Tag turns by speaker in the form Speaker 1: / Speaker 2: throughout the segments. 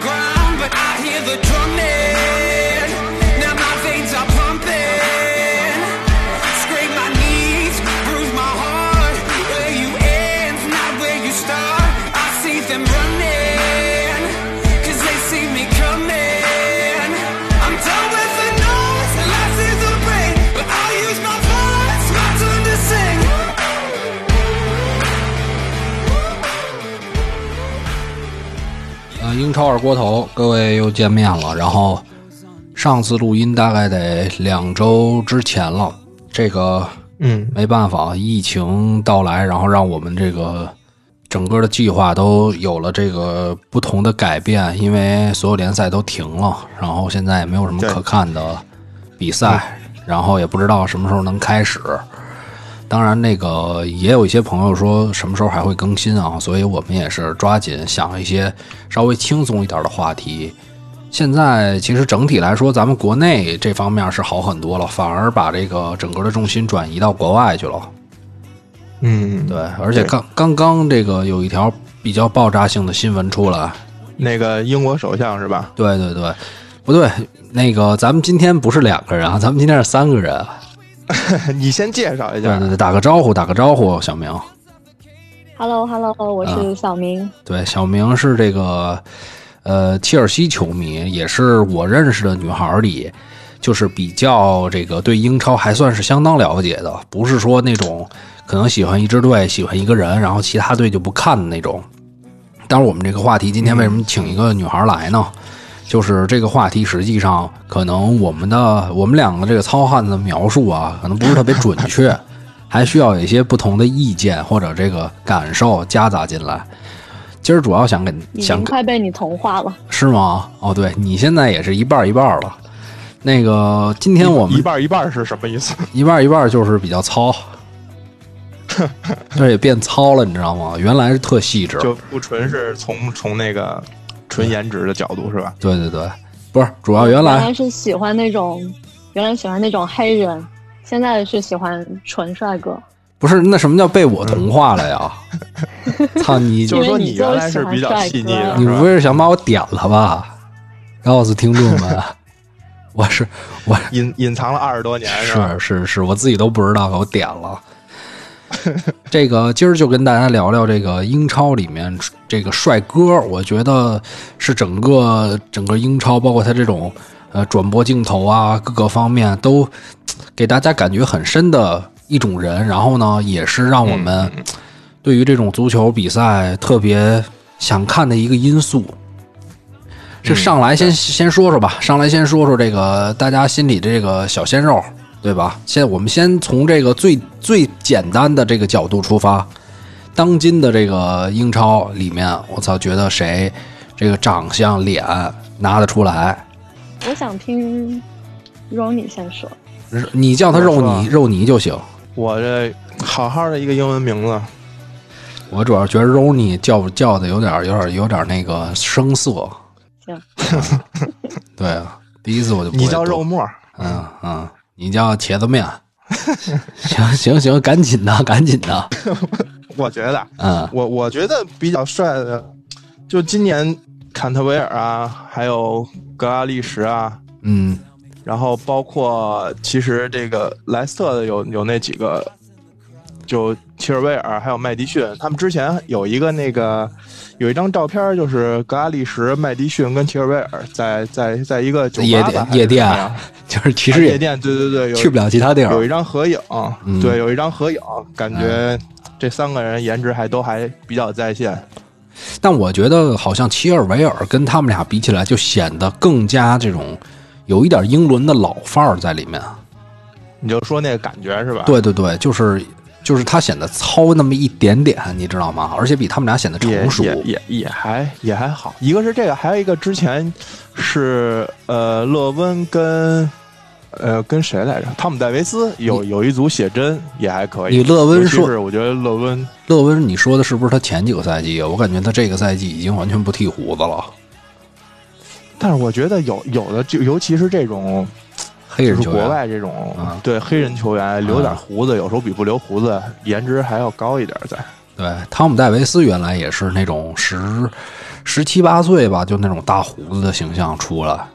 Speaker 1: but I hear the drumming. Now my veins are pumping. Scrape my knees, bruise my heart. Where you end, not where you start. I see them running, cause they see me coming. I'm done with the noise, life is a pain. But I'll use my voice, my turn to sing.
Speaker 2: 啊，英超二锅头，各位又见面了。然后上次录音大概得两周之前了，这个
Speaker 3: 嗯，
Speaker 2: 没办法，疫情到来，然后让我们这个整个的计划都有了这个不同的改变，因为所有联赛都停了，然后现在也没有什么
Speaker 3: 对
Speaker 2: 可看的比赛，然后也不知道什么时候能开始。当然，那个也有一些朋友说什么时候还会更新啊，所以我们也是抓紧想一些稍微轻松一点的话题。现在其实整体来说，咱们国内这方面是好很多了，反而把这个整个的重心转移到国外去了。
Speaker 3: 嗯，
Speaker 2: 对，而且刚刚刚这个有一条比较爆炸性的新闻出来，
Speaker 3: 那个英国首相是吧？
Speaker 2: 对对对，不对，那个咱们今天不是两个人啊，咱们今天是三个人啊。
Speaker 3: 你先介绍一
Speaker 2: 对
Speaker 3: 下
Speaker 2: 对。对，打个招呼，打个招呼，小明。
Speaker 4: Hello Hello，我
Speaker 2: 啊
Speaker 4: 是小明。
Speaker 2: 对，小明是这个呃切尔西球迷，也是我认识的女孩儿里，就是比较这个对英超还算是相当了解的，不是说那种可能喜欢一支队、喜欢一个人，然后其他队就不看的那种。但是我们这个话题今天为什么请一个女孩儿来呢？就是这个话题，实际上可能我们的我们两个这个糙汉子的描述啊，可能不是特别准确，还需要有一些不同的意见或者这个感受夹杂进来。今儿主要想给
Speaker 4: 已
Speaker 2: 想
Speaker 4: 经快被你同化了，
Speaker 2: 是吗？哦，对你现在也是一半儿一半儿了。那个，今天我们
Speaker 3: 一半一半是什么意思？
Speaker 2: 一半儿一半儿就是比较 糙，这也变糙了，你知道吗？原来是特细致，
Speaker 3: 就不纯是从从那个纯颜值的角度是吧？
Speaker 2: 对对对，不是主哦要原
Speaker 4: 原
Speaker 2: 来
Speaker 4: 来是喜欢那种，原来喜欢那种黑人，现在是喜欢纯帅哥。
Speaker 2: 不是那什么叫被我同化了 呀？操你！
Speaker 3: 就是说
Speaker 4: 因为
Speaker 3: 你
Speaker 4: 你就
Speaker 3: 原来是比较细腻的，
Speaker 2: 你
Speaker 3: 是
Speaker 2: 不
Speaker 3: 吧？
Speaker 2: 会是想把我点了吧？告诉听众 们，我是我
Speaker 3: 隐隐藏了二十多年是吧？
Speaker 2: 是是是，我自己都不知道给我点了。这个今儿就跟大家聊聊这个英超里面这个帅哥，我觉得是整个整个英超，包括他这种呃转播镜头啊，各个方面都嘖给大家感觉很深的一种人。然后呢，也是让我
Speaker 3: 嗯
Speaker 2: 们嘖对于这种足球比赛特别想看的一个因素。这
Speaker 3: 嗯
Speaker 2: 上来先、先说说吧，上来先说说这个大家心里的这个小鲜肉，对吧？先我们先从这个最最简单的这个角度出发，当今的这个英超里面，我操，觉得谁这个长相脸拿得出来？
Speaker 4: 我想听 Ronnie 先说，
Speaker 2: 你叫他肉
Speaker 3: 我说啊
Speaker 2: 泥肉泥就行，
Speaker 3: 我这好好的一个英文名字，
Speaker 2: 我主要觉得肉泥叫叫的有点有点有点那个生涩。
Speaker 4: 行，
Speaker 2: 对啊，第一次我就不会
Speaker 3: 你叫
Speaker 2: 读
Speaker 3: 肉沫，
Speaker 2: 嗯，嗯，你叫茄子面。啊 行行行，赶紧的， 赶紧的。
Speaker 3: 我觉得
Speaker 2: 嗯
Speaker 3: 我我觉得比较帅的，就今年坎特维尔啊，还有格拉利什啊，
Speaker 2: 嗯，
Speaker 3: 然后包括其实这个莱斯特的有有那几个，就切尔维尔还有麦迪逊，他们之前有一个那个有一张照片，就是格拉利什、麦迪逊跟切尔维尔在在在一个酒吧
Speaker 2: 夜
Speaker 3: 吧
Speaker 2: 店
Speaker 3: 还是
Speaker 2: 夜店
Speaker 3: 什么呀
Speaker 2: 就是其实
Speaker 3: 啊
Speaker 2: 也
Speaker 3: 夜店，对对对，有
Speaker 2: 去不了其他地
Speaker 3: 有一
Speaker 2: 儿。
Speaker 3: 张合影，
Speaker 2: 嗯
Speaker 3: 对，有一张合影，感觉这三个人颜值还都还比较在线。
Speaker 2: 但我觉得好像齐尔维尔跟他们俩比起来，就显得更加这种有一点英伦的老范儿在里面。
Speaker 3: 你就说那个感觉是吧？，
Speaker 2: 对对对，就是就是他显得糙那么一点点，你知道吗？而且比他们俩显得
Speaker 3: 也
Speaker 2: 成熟。
Speaker 3: 也也也还也还好。一个是这个，还有一个之前是呃勒温跟呃跟谁来着？汤姆戴维斯有有一组写真也还可以。
Speaker 2: 你勒温
Speaker 3: 尤其
Speaker 2: 说
Speaker 3: 是我觉得勒温
Speaker 2: 乐温，你说的是不是他前几个赛季啊？我感觉他这个赛季已经完全不剃胡子了，
Speaker 3: 但是我觉得有有的就尤其是这种
Speaker 2: 黑
Speaker 3: 就
Speaker 2: 人
Speaker 3: 是
Speaker 2: 球
Speaker 3: 国
Speaker 2: 员。
Speaker 3: 外这种、
Speaker 2: 啊
Speaker 3: 对黑人球员留点胡子，有时候比不留胡子颜值还要高一点在。
Speaker 2: 对，汤姆戴维斯原来也是那种十十七八岁吧，就那种大胡子的形象出来。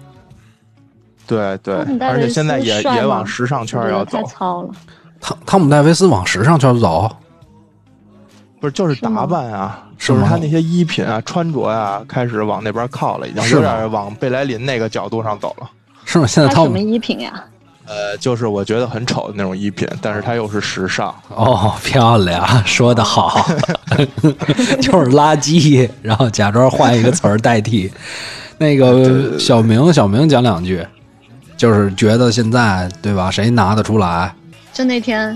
Speaker 3: 对对
Speaker 4: 汤姆，戴
Speaker 3: 而
Speaker 4: 维
Speaker 3: 且
Speaker 4: 斯
Speaker 3: 现在也
Speaker 4: 帅吗
Speaker 3: 也往时尚圈
Speaker 4: 我觉得
Speaker 3: 要
Speaker 4: 太
Speaker 3: 走，
Speaker 4: 糙了。
Speaker 2: 汤汤姆戴维斯往时尚圈走，
Speaker 3: 不是就是
Speaker 4: 是吗
Speaker 3: 打扮啊，
Speaker 2: 是
Speaker 3: 就
Speaker 2: 吗
Speaker 3: 是他那些衣品啊、穿着啊，开始往那边靠了，已经
Speaker 2: 是
Speaker 3: 有
Speaker 2: 吗
Speaker 3: 点往贝莱林那个角度上走了。
Speaker 2: 是吗？现在
Speaker 4: 他
Speaker 2: 汤
Speaker 4: 什么
Speaker 2: 姆
Speaker 4: 衣品呀？
Speaker 3: 呃，就是我觉得很丑的那种衣品，但是它又是时尚。
Speaker 2: 哦，漂亮， 说的好，就是垃圾，然后假装换一个词儿代替。那个小明，小明讲两句，就是觉得现在对吧？谁拿得出来？
Speaker 4: 就那天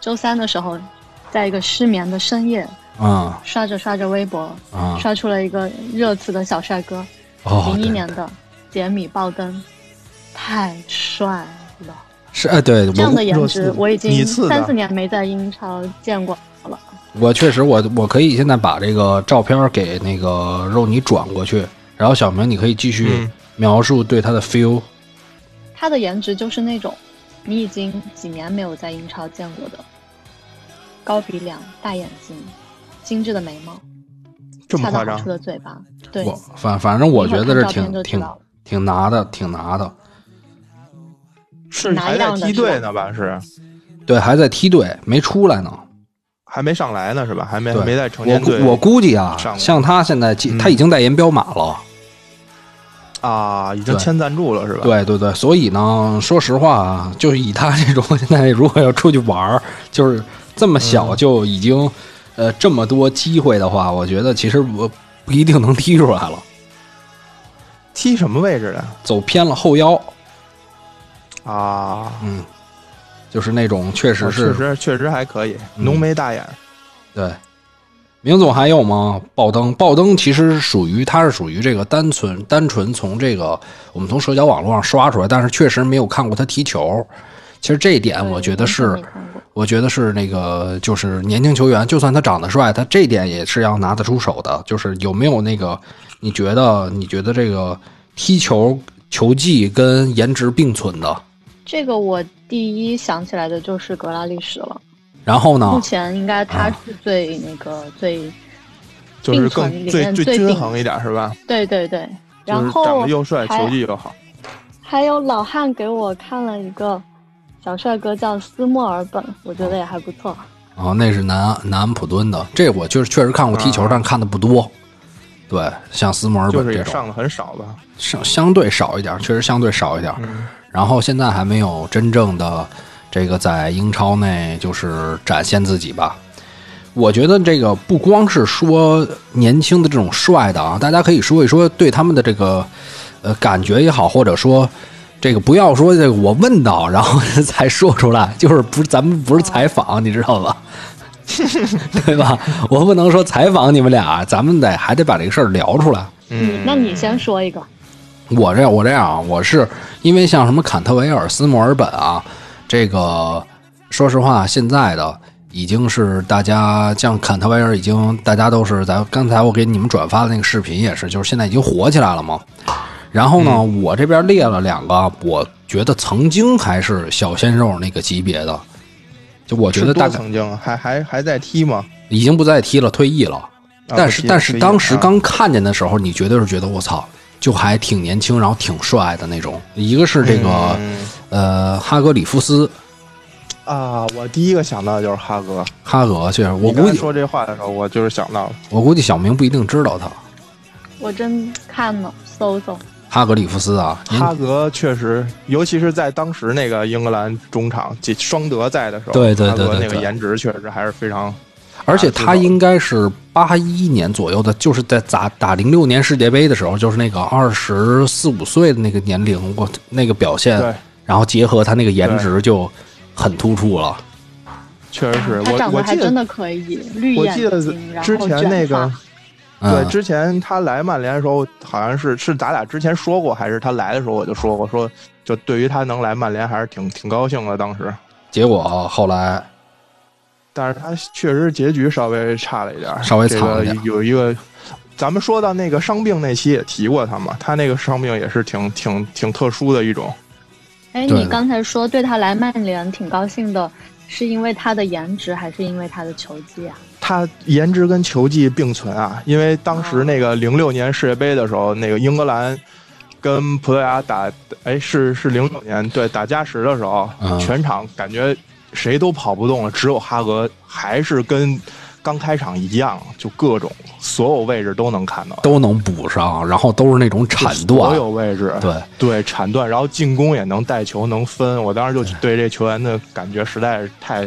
Speaker 4: 周三的时候，在一个失眠的深夜，
Speaker 2: 嗯
Speaker 4: 刷着刷着微博，
Speaker 2: 嗯，
Speaker 4: 刷出了一个热刺的小帅哥，
Speaker 2: 哦，
Speaker 4: 零一
Speaker 2: 对，
Speaker 4: 年的杰米鲍登，太帅了！
Speaker 2: 是哎，对
Speaker 4: 这样
Speaker 2: 我
Speaker 4: 的颜值
Speaker 3: 热刺
Speaker 4: 我已
Speaker 3: 你
Speaker 4: 经
Speaker 3: 刺的
Speaker 4: 三四年没在英超见过了。
Speaker 2: 我确实我我可以现在把这个照片儿给那个肉泥转过去，然后小明你可以继续
Speaker 3: 嗯
Speaker 2: 描述对他的 feel。
Speaker 4: 他的颜值就是那种你已经几年没有在英超见过的，高鼻梁、大眼睛、精致的眉毛、
Speaker 3: 这么
Speaker 4: 恰到
Speaker 3: 夸
Speaker 4: 好
Speaker 3: 张
Speaker 4: 处？的嘴巴，对，
Speaker 2: 我反反正我觉得是
Speaker 4: 一会儿看照片
Speaker 2: 挺
Speaker 4: 就知
Speaker 2: 挺
Speaker 4: 道了
Speaker 2: 挺拿的，挺拿的。
Speaker 3: 是
Speaker 4: 哪
Speaker 3: 还在
Speaker 4: 样的
Speaker 3: 梯
Speaker 4: 是
Speaker 3: 队
Speaker 4: 吧
Speaker 3: 呢吧？是
Speaker 2: 对，还在梯队没出来呢。
Speaker 3: 还没上来呢是吧？还没
Speaker 2: 对
Speaker 3: 哎没在成
Speaker 2: 我
Speaker 3: 年
Speaker 2: 估
Speaker 3: 队
Speaker 2: 我估计啊
Speaker 3: 上，过
Speaker 2: 像他现在其
Speaker 3: 嗯
Speaker 2: 他已经代言彪马了。
Speaker 3: 啊，已经
Speaker 2: 对
Speaker 3: 签赞助了是吧？，
Speaker 2: 对对对，所以呢，说实话啊，就是以他这种现在如果要出去玩儿，就是这么
Speaker 3: 嗯
Speaker 2: 小就已经、呃这么多机会的话，我觉得其实我不一定能踢出来了，
Speaker 3: 踢什么位置的
Speaker 2: 走偏了后腰，
Speaker 3: 啊？
Speaker 2: 嗯，就是那种确实
Speaker 3: 哦
Speaker 2: 是、
Speaker 3: 确实确实还可以，
Speaker 2: 嗯
Speaker 3: 浓眉大眼。
Speaker 2: 对。明总还有吗？爆灯，爆灯其实属于它是属于这个单纯单纯从这个我们从社交网络上刷出来，但是确实没有看过他踢球。其实这一点
Speaker 4: 对
Speaker 2: 哎我觉得
Speaker 4: 真
Speaker 2: 是
Speaker 4: 没，看过
Speaker 2: 我觉得是那个就是年轻球员，就算他长得帅，他这一点也是要拿得出手的。就是有没有那个你觉得你觉得这个踢球球技跟颜值并存的？
Speaker 4: 这个，我第一想起来的就是格拉利什了。
Speaker 2: 然后呢
Speaker 4: 目？前应该
Speaker 2: 啊
Speaker 4: 他是最那个最
Speaker 3: 就是
Speaker 4: 并存
Speaker 3: 更
Speaker 4: 里
Speaker 3: 最
Speaker 4: 面
Speaker 3: 最
Speaker 4: 最
Speaker 3: 均
Speaker 4: 顶
Speaker 3: 衡一点是吧？
Speaker 4: 对对对，
Speaker 3: 就
Speaker 4: 然
Speaker 3: 是长
Speaker 4: 后
Speaker 3: 得又帅，
Speaker 4: 还
Speaker 3: 球技又好。
Speaker 4: 还有老汉给我看了一个小帅哥叫斯莫尔本，我觉得也还不错。
Speaker 2: 啊，那是南南安普敦的，这我就是确实看过踢球，
Speaker 3: 啊
Speaker 2: 但看的不多。对，像斯摩尔
Speaker 3: 就
Speaker 2: 本
Speaker 3: 是
Speaker 2: 这
Speaker 3: 也
Speaker 2: 种，
Speaker 3: 上的很少吧，
Speaker 2: 相相对少一点，确实相对少一点。然后现在还没有真正的这个在英超内就是展现自己吧。我觉得这个不光是说年轻的这种帅的啊，大家可以说一说对他们的这个呃感觉也好，或者说这个不要说这个我问到然后 才说出来，就是不是咱们不是采访，你知道吧？ 对吧？我不能说采访你们俩，咱们得还得把这个事儿聊出来。
Speaker 4: 嗯，那你先说一个，
Speaker 2: 我这我这样啊，我是因为像什么坎特维尔、斯莫尔本啊，这个说实话，现在的已经是大家像坎特维尔已经大家都是咱刚才我给你们转发的那个视频也是，就是现在已经火起来了嘛。然后呢，
Speaker 3: 嗯
Speaker 2: 我这边列了两个，我觉得曾经还是小鲜肉那个级别的，就我觉
Speaker 3: 是
Speaker 2: 得大
Speaker 3: 多
Speaker 2: 概
Speaker 3: 曾经还还还在踢吗？
Speaker 2: 已经不再踢了，退役了。
Speaker 3: 啊
Speaker 2: 但
Speaker 3: 不
Speaker 2: 是
Speaker 3: 踢
Speaker 2: 但
Speaker 3: 了
Speaker 2: 是
Speaker 3: 退役
Speaker 2: 当
Speaker 3: 了
Speaker 2: 时
Speaker 3: 啊
Speaker 2: 刚看见的时候，你绝对是觉得我操，就还挺年轻，然后挺帅的那种。一个是这个、
Speaker 3: 嗯
Speaker 2: 呃哈格里夫斯，
Speaker 3: 啊，我第一个想到的就是哈哥。
Speaker 2: 哈格去，我
Speaker 3: 你刚
Speaker 2: 估
Speaker 3: 才
Speaker 2: 计
Speaker 3: 说这话的时候，我就是想到了
Speaker 2: 我估计小明不一定知道他，
Speaker 4: 我真看了搜搜，
Speaker 2: 哈格里夫斯啊，您
Speaker 3: 哈格确实，尤其是在当时那个英格兰中场，即双德在的时候，
Speaker 2: 对对对
Speaker 3: 哈格
Speaker 2: 对
Speaker 3: 那个
Speaker 2: 对
Speaker 3: 颜值确实还是非常
Speaker 2: 而且
Speaker 3: 啊
Speaker 2: 他
Speaker 3: 知道
Speaker 2: 应该是八一年左右的，就是在打打零六年世界杯的时候，就是那个二十四五岁的那个年龄，我那个表现，
Speaker 3: 对，
Speaker 2: 然后结合他那个颜
Speaker 3: 对
Speaker 2: 值就很突出了。
Speaker 3: 确实是
Speaker 4: 他
Speaker 3: 我
Speaker 4: 长
Speaker 3: 我
Speaker 4: 得还
Speaker 3: 记
Speaker 4: 真
Speaker 3: 得。
Speaker 4: 的可以，绿
Speaker 3: 我
Speaker 4: 眼
Speaker 3: 记得
Speaker 4: 睛，然
Speaker 3: 之
Speaker 4: 后
Speaker 3: 前那
Speaker 4: 卷
Speaker 3: 个
Speaker 4: 发，，
Speaker 2: 嗯
Speaker 3: 对，之前他来曼联的时候，好像是是咱俩之前说过，还是他来的时候我就说过，说就对于他能来曼联还是挺挺高兴的。当时，
Speaker 2: 结果后来
Speaker 3: 但是他确实结局稍微差了一点儿，
Speaker 2: 稍微惨了一
Speaker 3: 这
Speaker 2: 点
Speaker 3: 个有一个，咱们说到那个伤病那期也提过他嘛，他那个伤病也是挺挺挺特殊的一种。
Speaker 4: 哎，
Speaker 2: 对
Speaker 4: 你刚才说对他来曼联挺高兴的，是因为他的颜值还是因为他的球技啊？
Speaker 3: 他颜值跟球技并存啊，因为当时那个零六年世界杯的时候，那个英格兰跟葡萄牙打，哎，是是零六年，对，打加时的时候，
Speaker 2: 嗯
Speaker 3: 全场感觉谁都跑不动了，只有哈格还是跟刚开场一样，就各种所有位置都能看到，
Speaker 2: 都能补上，然后都是那种铲
Speaker 3: 所
Speaker 2: 断，
Speaker 3: 有位置，
Speaker 2: 对
Speaker 3: 对铲断，然后进攻也能带球能分，我当时就对这球员的感觉实在是太。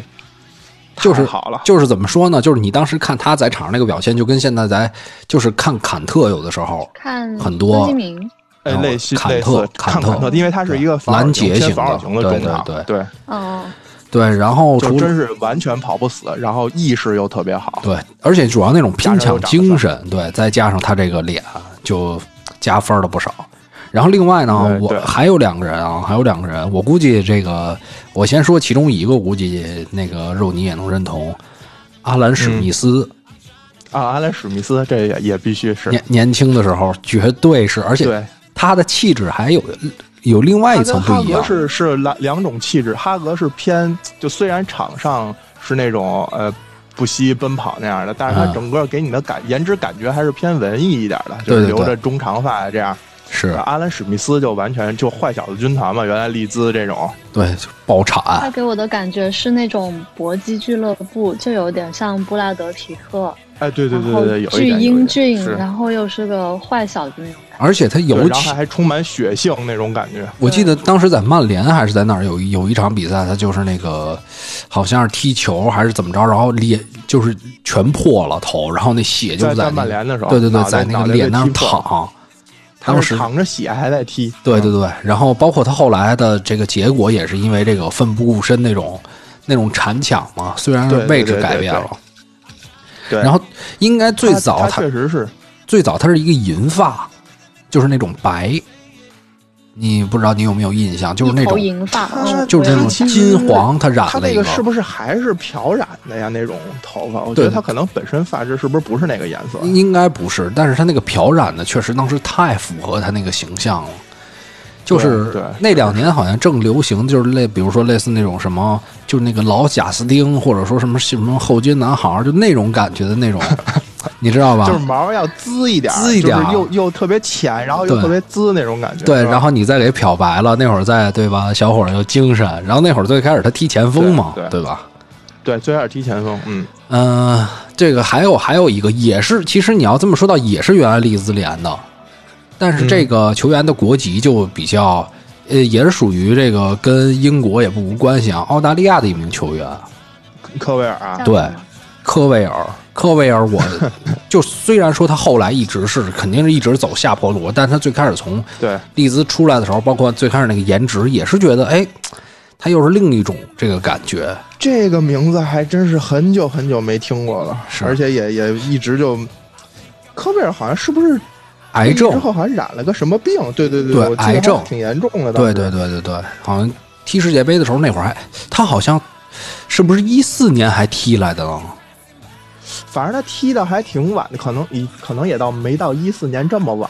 Speaker 2: 就是
Speaker 3: 太好了，
Speaker 2: 就是怎么说呢？就是你当时看他在场上那个表现，就跟现在咱就是看坎特有的时候，
Speaker 4: 看
Speaker 2: 很多
Speaker 4: 孙兴民，
Speaker 3: 哎，
Speaker 2: 然后
Speaker 3: 类似
Speaker 2: 坎
Speaker 3: 类
Speaker 2: 特
Speaker 3: 似看
Speaker 2: 坎特
Speaker 3: 坎特，因为他是一个防守
Speaker 2: 拦
Speaker 3: 型
Speaker 2: 截型
Speaker 3: 偏
Speaker 2: 的
Speaker 3: 防守型的
Speaker 2: 对
Speaker 3: 中场，
Speaker 2: 对
Speaker 3: 对，
Speaker 2: 啊
Speaker 4: 嗯，
Speaker 2: 对，然后
Speaker 3: 就
Speaker 2: 除
Speaker 3: 真是完全跑不死，然后意识又特别好，
Speaker 2: 对，而且主要那种拼抢精神，对，再加上他这个脸，就加分了不少。然后另外呢
Speaker 3: 对，
Speaker 2: 我
Speaker 3: 对
Speaker 2: 还有两个人啊，还有两个人，我估计这个，我先说其中一个，估计那个肉泥也能认同，阿兰史密斯，
Speaker 3: 啊，阿兰史密斯这也也必须是
Speaker 2: 年年轻的时候绝对是，而且
Speaker 3: 对。
Speaker 2: 他的气质还有有另外一
Speaker 3: 他
Speaker 2: 层
Speaker 3: 跟
Speaker 2: 不
Speaker 3: 哈
Speaker 2: 一
Speaker 3: 格
Speaker 2: 样，
Speaker 3: 是是两两种气质，哈格是偏就虽然场上是那种呃不惜奔跑那样的，但是他
Speaker 2: 嗯
Speaker 3: 整个给你的感颜值感觉还是偏文艺一点的，
Speaker 2: 对
Speaker 3: 就是
Speaker 2: 对对
Speaker 3: 留着中长发这样。
Speaker 2: 是
Speaker 3: 阿兰史密斯就完全就坏小子军团嘛，原来利兹这种，
Speaker 2: 对爆
Speaker 4: 他
Speaker 2: 产，
Speaker 4: 给我的感觉是那种搏击俱乐部，就有点像布拉德皮特，
Speaker 3: 哎，对对对对对，
Speaker 4: 然
Speaker 3: 有
Speaker 4: 后
Speaker 3: 一
Speaker 4: 巨
Speaker 3: 点
Speaker 4: 英俊，啊
Speaker 3: 是
Speaker 4: 然后又是个坏小子那种感觉。
Speaker 2: 而且他
Speaker 3: 对
Speaker 2: 有
Speaker 3: 然后
Speaker 2: 气
Speaker 3: 还充满血性那种感觉。
Speaker 2: 我记得当时在曼联还是在哪儿有一有一场比赛，他就是那个好像是踢球还是怎么着，然后脸就是全破了头，然后那血就
Speaker 3: 在
Speaker 2: 在那
Speaker 3: 在曼联的时候，
Speaker 2: 对对对，
Speaker 3: 脑袋
Speaker 2: 在那
Speaker 3: 脑
Speaker 2: 个
Speaker 3: 袋
Speaker 2: 脸
Speaker 3: 被
Speaker 2: 那儿
Speaker 3: 踢破了
Speaker 2: 躺，
Speaker 3: 他
Speaker 2: 当
Speaker 3: 是
Speaker 2: 时
Speaker 3: 淌着血还在踢。嗯
Speaker 2: 对对对，然后包括他后来的这个结果也是因为这个奋不顾身那种那种缠抢嘛，虽然
Speaker 3: 对对
Speaker 2: 位置
Speaker 3: 对对
Speaker 2: 改
Speaker 3: 对
Speaker 2: 变
Speaker 3: 对
Speaker 2: 了，
Speaker 3: 对，
Speaker 2: 然后应该最
Speaker 3: 他
Speaker 2: 早
Speaker 3: 他确实是
Speaker 2: 最早他是一个银发，就是那种白，你不知道你有没有印象，就是那
Speaker 4: 一头
Speaker 2: 种
Speaker 4: 银发，
Speaker 3: 他
Speaker 4: 嗯
Speaker 2: 就是那种
Speaker 3: 他其实
Speaker 2: 金黄，他染
Speaker 3: 他
Speaker 2: 了
Speaker 3: 那
Speaker 2: 一
Speaker 3: 个是不是还是漂染的呀？那种头发，我觉
Speaker 2: 对嗯
Speaker 3: 得他可能本身发质是不是不是那个颜色？
Speaker 2: 应该不是，但是他那个漂染的确实当时太符合他那个形象了。就是
Speaker 3: 对对
Speaker 2: 那两年好像正流行，就是类比如说类似那种什么，就是那个老贾斯汀，或者说什么什么后街男孩，就那种感觉的 那种，你知道吧？
Speaker 3: 就是毛要滋一点儿，
Speaker 2: 啊滋一点儿
Speaker 3: 就是又又特别浅，然后又
Speaker 2: 对
Speaker 3: 特别滋那种感觉。
Speaker 2: 对，
Speaker 3: 是吧
Speaker 2: 然后你再给漂白了，那会儿再对吧？小伙儿又精神，然后那会儿最开始他踢前锋嘛，
Speaker 3: 对对
Speaker 2: 对吧？
Speaker 3: 对，最开始踢前锋，嗯，
Speaker 2: 嗯、这个还有还有一个也是，其实你要这么说到，也是原来利兹联的，但是这个球员的国籍就比较，呃，也是属于这个跟英国也不无关系啊，澳大利亚的一名球员
Speaker 3: 科威尔
Speaker 4: 嗯
Speaker 3: 啊，
Speaker 2: 对科威尔。科威尔我， 就虽然说他后来一直是肯定是一直走下坡路，但他最开始从
Speaker 3: 对
Speaker 2: 利兹出来的时候，包括最开始那个颜值，也是觉得哎，他又是另一种这个感觉。
Speaker 3: 这个名字还真是很久很久没听过了，
Speaker 2: 是
Speaker 3: 而且也也一直就。科贝尔好像是不是
Speaker 2: 癌症
Speaker 3: 之后好像染了个什么病？对对对，
Speaker 2: 对
Speaker 3: 我记得好像
Speaker 2: 癌症
Speaker 3: 挺严重的。当
Speaker 2: 对
Speaker 3: 时
Speaker 2: 对对对对，好像踢世界杯的时候那会儿还，他好像是不是一四年还踢来的呢？
Speaker 3: 反正他踢的还挺晚的，可能也可能也到没到一四年这么晚。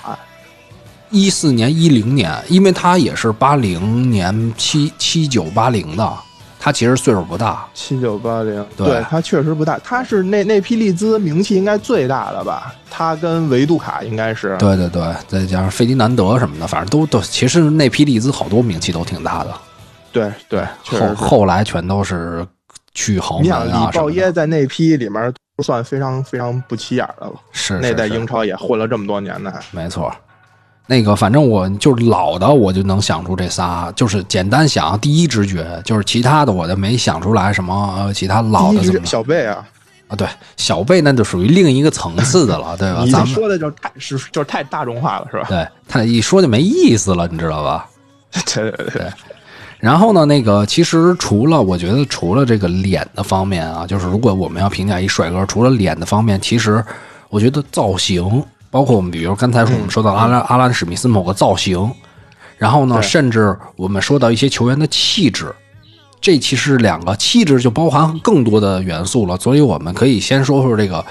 Speaker 2: 一四年一零年，因为他也是八零年七七九八零的，他其实岁数不大。
Speaker 3: 七九八零，
Speaker 2: 对
Speaker 3: 他确实不大，他是那那批利兹名气应该最大的吧？他跟维杜卡应该是
Speaker 2: 对对对，再加上费迪南德什么的，反正都都，其实那批利兹好多名气都挺大的，
Speaker 3: 对对，确
Speaker 2: 后
Speaker 3: 实是。
Speaker 2: 后来全都是去豪
Speaker 3: 你
Speaker 2: 门
Speaker 3: 想
Speaker 2: 啊
Speaker 3: 里
Speaker 2: 什
Speaker 3: 鲍
Speaker 2: 么的。
Speaker 3: 耶在那批里面都算非常非常不起眼的了，
Speaker 2: 是是
Speaker 3: 那在
Speaker 2: 是
Speaker 3: 英超也混了这么多年呢。
Speaker 2: 没错，那个反正我就是老的，我就能想出这仨，就是简单想第一直觉，就是其他的我就没想出来什么、呃、其他老
Speaker 3: 第
Speaker 2: 的
Speaker 3: 一
Speaker 2: 怎么
Speaker 3: 是
Speaker 2: 着
Speaker 3: 小贝啊，
Speaker 2: 啊？对，小贝那就属于另一个层次的了，对吧 啊
Speaker 3: 你？
Speaker 2: 咱们
Speaker 3: 说的就是太是就是太大众化了，是吧？
Speaker 2: 对他一说就没意思了，你知道吧？
Speaker 3: 对对对，
Speaker 2: 然后呢，那个其实除了我觉得除了这个脸的方面啊，就是如果我们要评价一帅哥，除了脸的方面，其实我觉得造型，包括我们比如刚才我们说到阿拉、阿兰史密斯某个造型，然后呢，
Speaker 3: 对
Speaker 2: 甚至我们说到一些球员的气质，这其实两个气质就包含更多的元素了，所以我们可以先说说这个。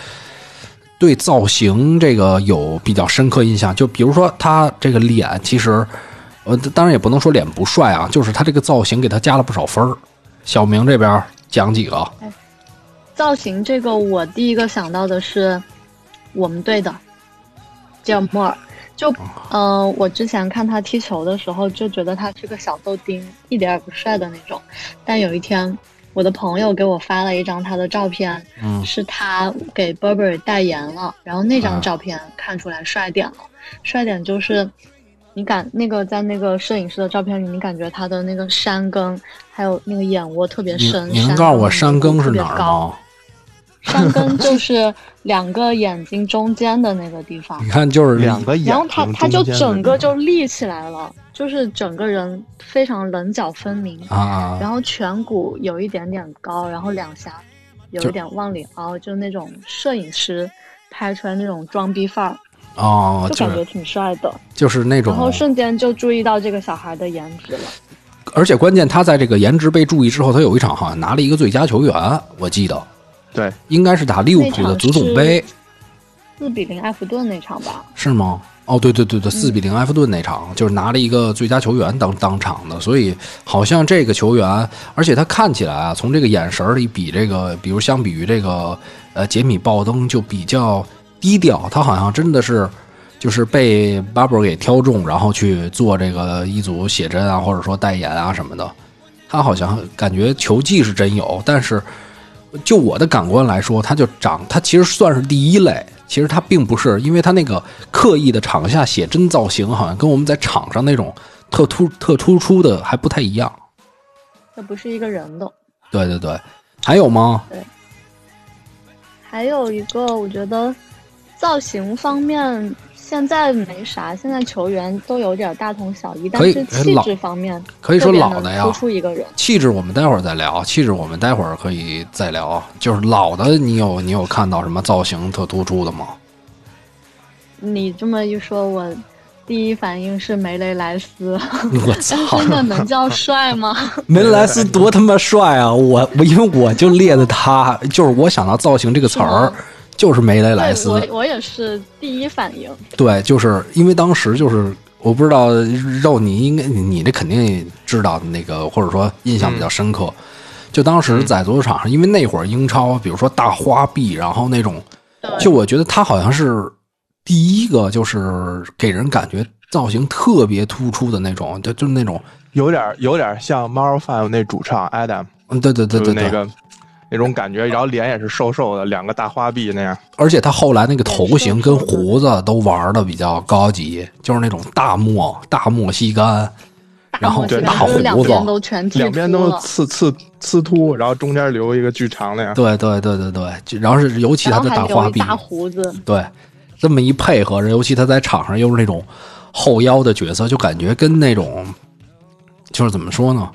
Speaker 2: 对造型这个有比较深刻印象，就比如说他这个脸，其实呃，当然也不能说脸不帅啊，就是他这个造型给他加了不少分儿。小明这边讲几个，
Speaker 4: 造型这个，我第一个想到的是我们队的吉尔莫尔。就，
Speaker 2: 哦
Speaker 4: 呃，我之前看他踢球的时候，就觉得他是个小豆丁，一点儿也不帅的那种。但有一天，我的朋友给我发了一张他的照片，
Speaker 2: 嗯
Speaker 4: 是他给 Burberry 代言了，然后那
Speaker 2: 啊
Speaker 4: 张照片看出来帅点了。帅点就是，你感那个在那个摄影师的照片里，你感觉他的那个山根，还有那个眼窝特别
Speaker 2: 你
Speaker 4: 深。
Speaker 2: 你能告诉我山
Speaker 4: 根
Speaker 2: 更是哪儿
Speaker 4: 高？
Speaker 2: 吗？
Speaker 4: 山根就是两个眼睛中间的那个地 方
Speaker 2: 你。看，就是
Speaker 3: 两个眼
Speaker 4: 然后
Speaker 3: 睛中间的地
Speaker 4: 他
Speaker 3: 方，
Speaker 4: 他就整个就立起来了，就是整个人非常棱角分明，
Speaker 2: 啊，
Speaker 4: 然后颧骨有一点点高，然后两颊有一点往里凹，就那种摄影师拍出来那种装逼范儿，
Speaker 2: 哦，
Speaker 4: 就
Speaker 2: 就
Speaker 4: 感觉
Speaker 2: 是
Speaker 4: 挺帅的。
Speaker 2: 就是那
Speaker 4: 然后
Speaker 2: 种，
Speaker 4: 瞬间就注意到这个小孩的颜值了。
Speaker 2: 而且关键他在这个颜值被注意之后，他有一场好像拿了一个最佳球员，我记得
Speaker 3: 对，
Speaker 2: 应该是打利物浦的足总杯
Speaker 4: 四比零埃弗顿那场吧，
Speaker 2: 是吗？哦，对对对对，四比零埃弗顿那场，就是拿了一个最佳球员当当场的，所以好像这个球员，而且他看起来啊，从这个眼神儿里比这个，比如相比于这个呃杰米鲍登就比较低调，他好像真的是就是被巴博给挑中，然后去做这个一组写真啊，或者说代言啊什么的。他好像感觉球技是真有，但是就我的感官来说，他就长，他其实算是第一类。其实他并不是，因为他那个刻意的场下写真造型，好像跟我们在场上那种特突特突出的还不太一样。
Speaker 4: 这不是一个人的。
Speaker 2: 对对对，还有吗？
Speaker 4: 还有一个，我觉得造型方面现在没啥，现在球员都有点大同小异，但
Speaker 2: 可以
Speaker 4: 是
Speaker 2: 哎
Speaker 4: 气
Speaker 2: 老
Speaker 4: 质方面
Speaker 2: 可以说老的呀
Speaker 4: 突出一个人。
Speaker 2: 气质我们待会儿再聊，气质我们待会儿可以再聊。就是老的，你有你有看到什么造型特突出的 吗？
Speaker 4: 你这么一说，我第一反应是梅雷 莱斯，
Speaker 2: 我
Speaker 4: 但
Speaker 2: 操，
Speaker 4: 真的能叫帅吗？
Speaker 2: 门莱斯多他妈帅啊！我我因为我就列的他，就是我想到造型这个词儿
Speaker 4: 是吗，
Speaker 2: 就是梅雷 莱
Speaker 4: 对，
Speaker 2: 斯。
Speaker 4: 我我也是第一反应。
Speaker 2: 对，就是因为当时就是我不知道肉，你应该你你这肯定也知道那个，或者说印象比
Speaker 3: 嗯
Speaker 2: 较深刻。就当时在足球场上，因为那会儿英超，比如说大花臂，然后那种，
Speaker 4: 对
Speaker 2: 就我觉得他好像是第一个，就是给人感觉造型特别突出的那种，就就那种，
Speaker 3: 有点有点像 m a r f i 那主唱 Adam，
Speaker 2: 嗯，对对对
Speaker 3: 就是
Speaker 2: 对对，
Speaker 3: 那个那种感觉，然后脸也是瘦瘦的，两个大花臂那样。
Speaker 2: 而且他后来那个头型
Speaker 4: 对
Speaker 2: 跟
Speaker 4: 瘦瘦的
Speaker 2: 胡子都玩的比较高级，就是那种大漠大漠吸干，然后
Speaker 4: 大
Speaker 3: 对
Speaker 4: 拇指就是
Speaker 2: 大
Speaker 4: 两
Speaker 2: 胡子
Speaker 4: 边都全剃
Speaker 3: 两边
Speaker 4: 秃
Speaker 3: 都
Speaker 4: 了
Speaker 3: 是刺刺刺突，然后中间留一个巨长那样。
Speaker 2: 对对对对对，就然后是尤其他
Speaker 4: 然
Speaker 2: 的
Speaker 4: 后还
Speaker 2: 大
Speaker 4: 留
Speaker 2: 花
Speaker 4: 一
Speaker 2: 臂，
Speaker 4: 大胡子，
Speaker 2: 对，这么一配合着，尤其他在场上又是那种后腰的角色，就感觉跟那种就是怎么说呢？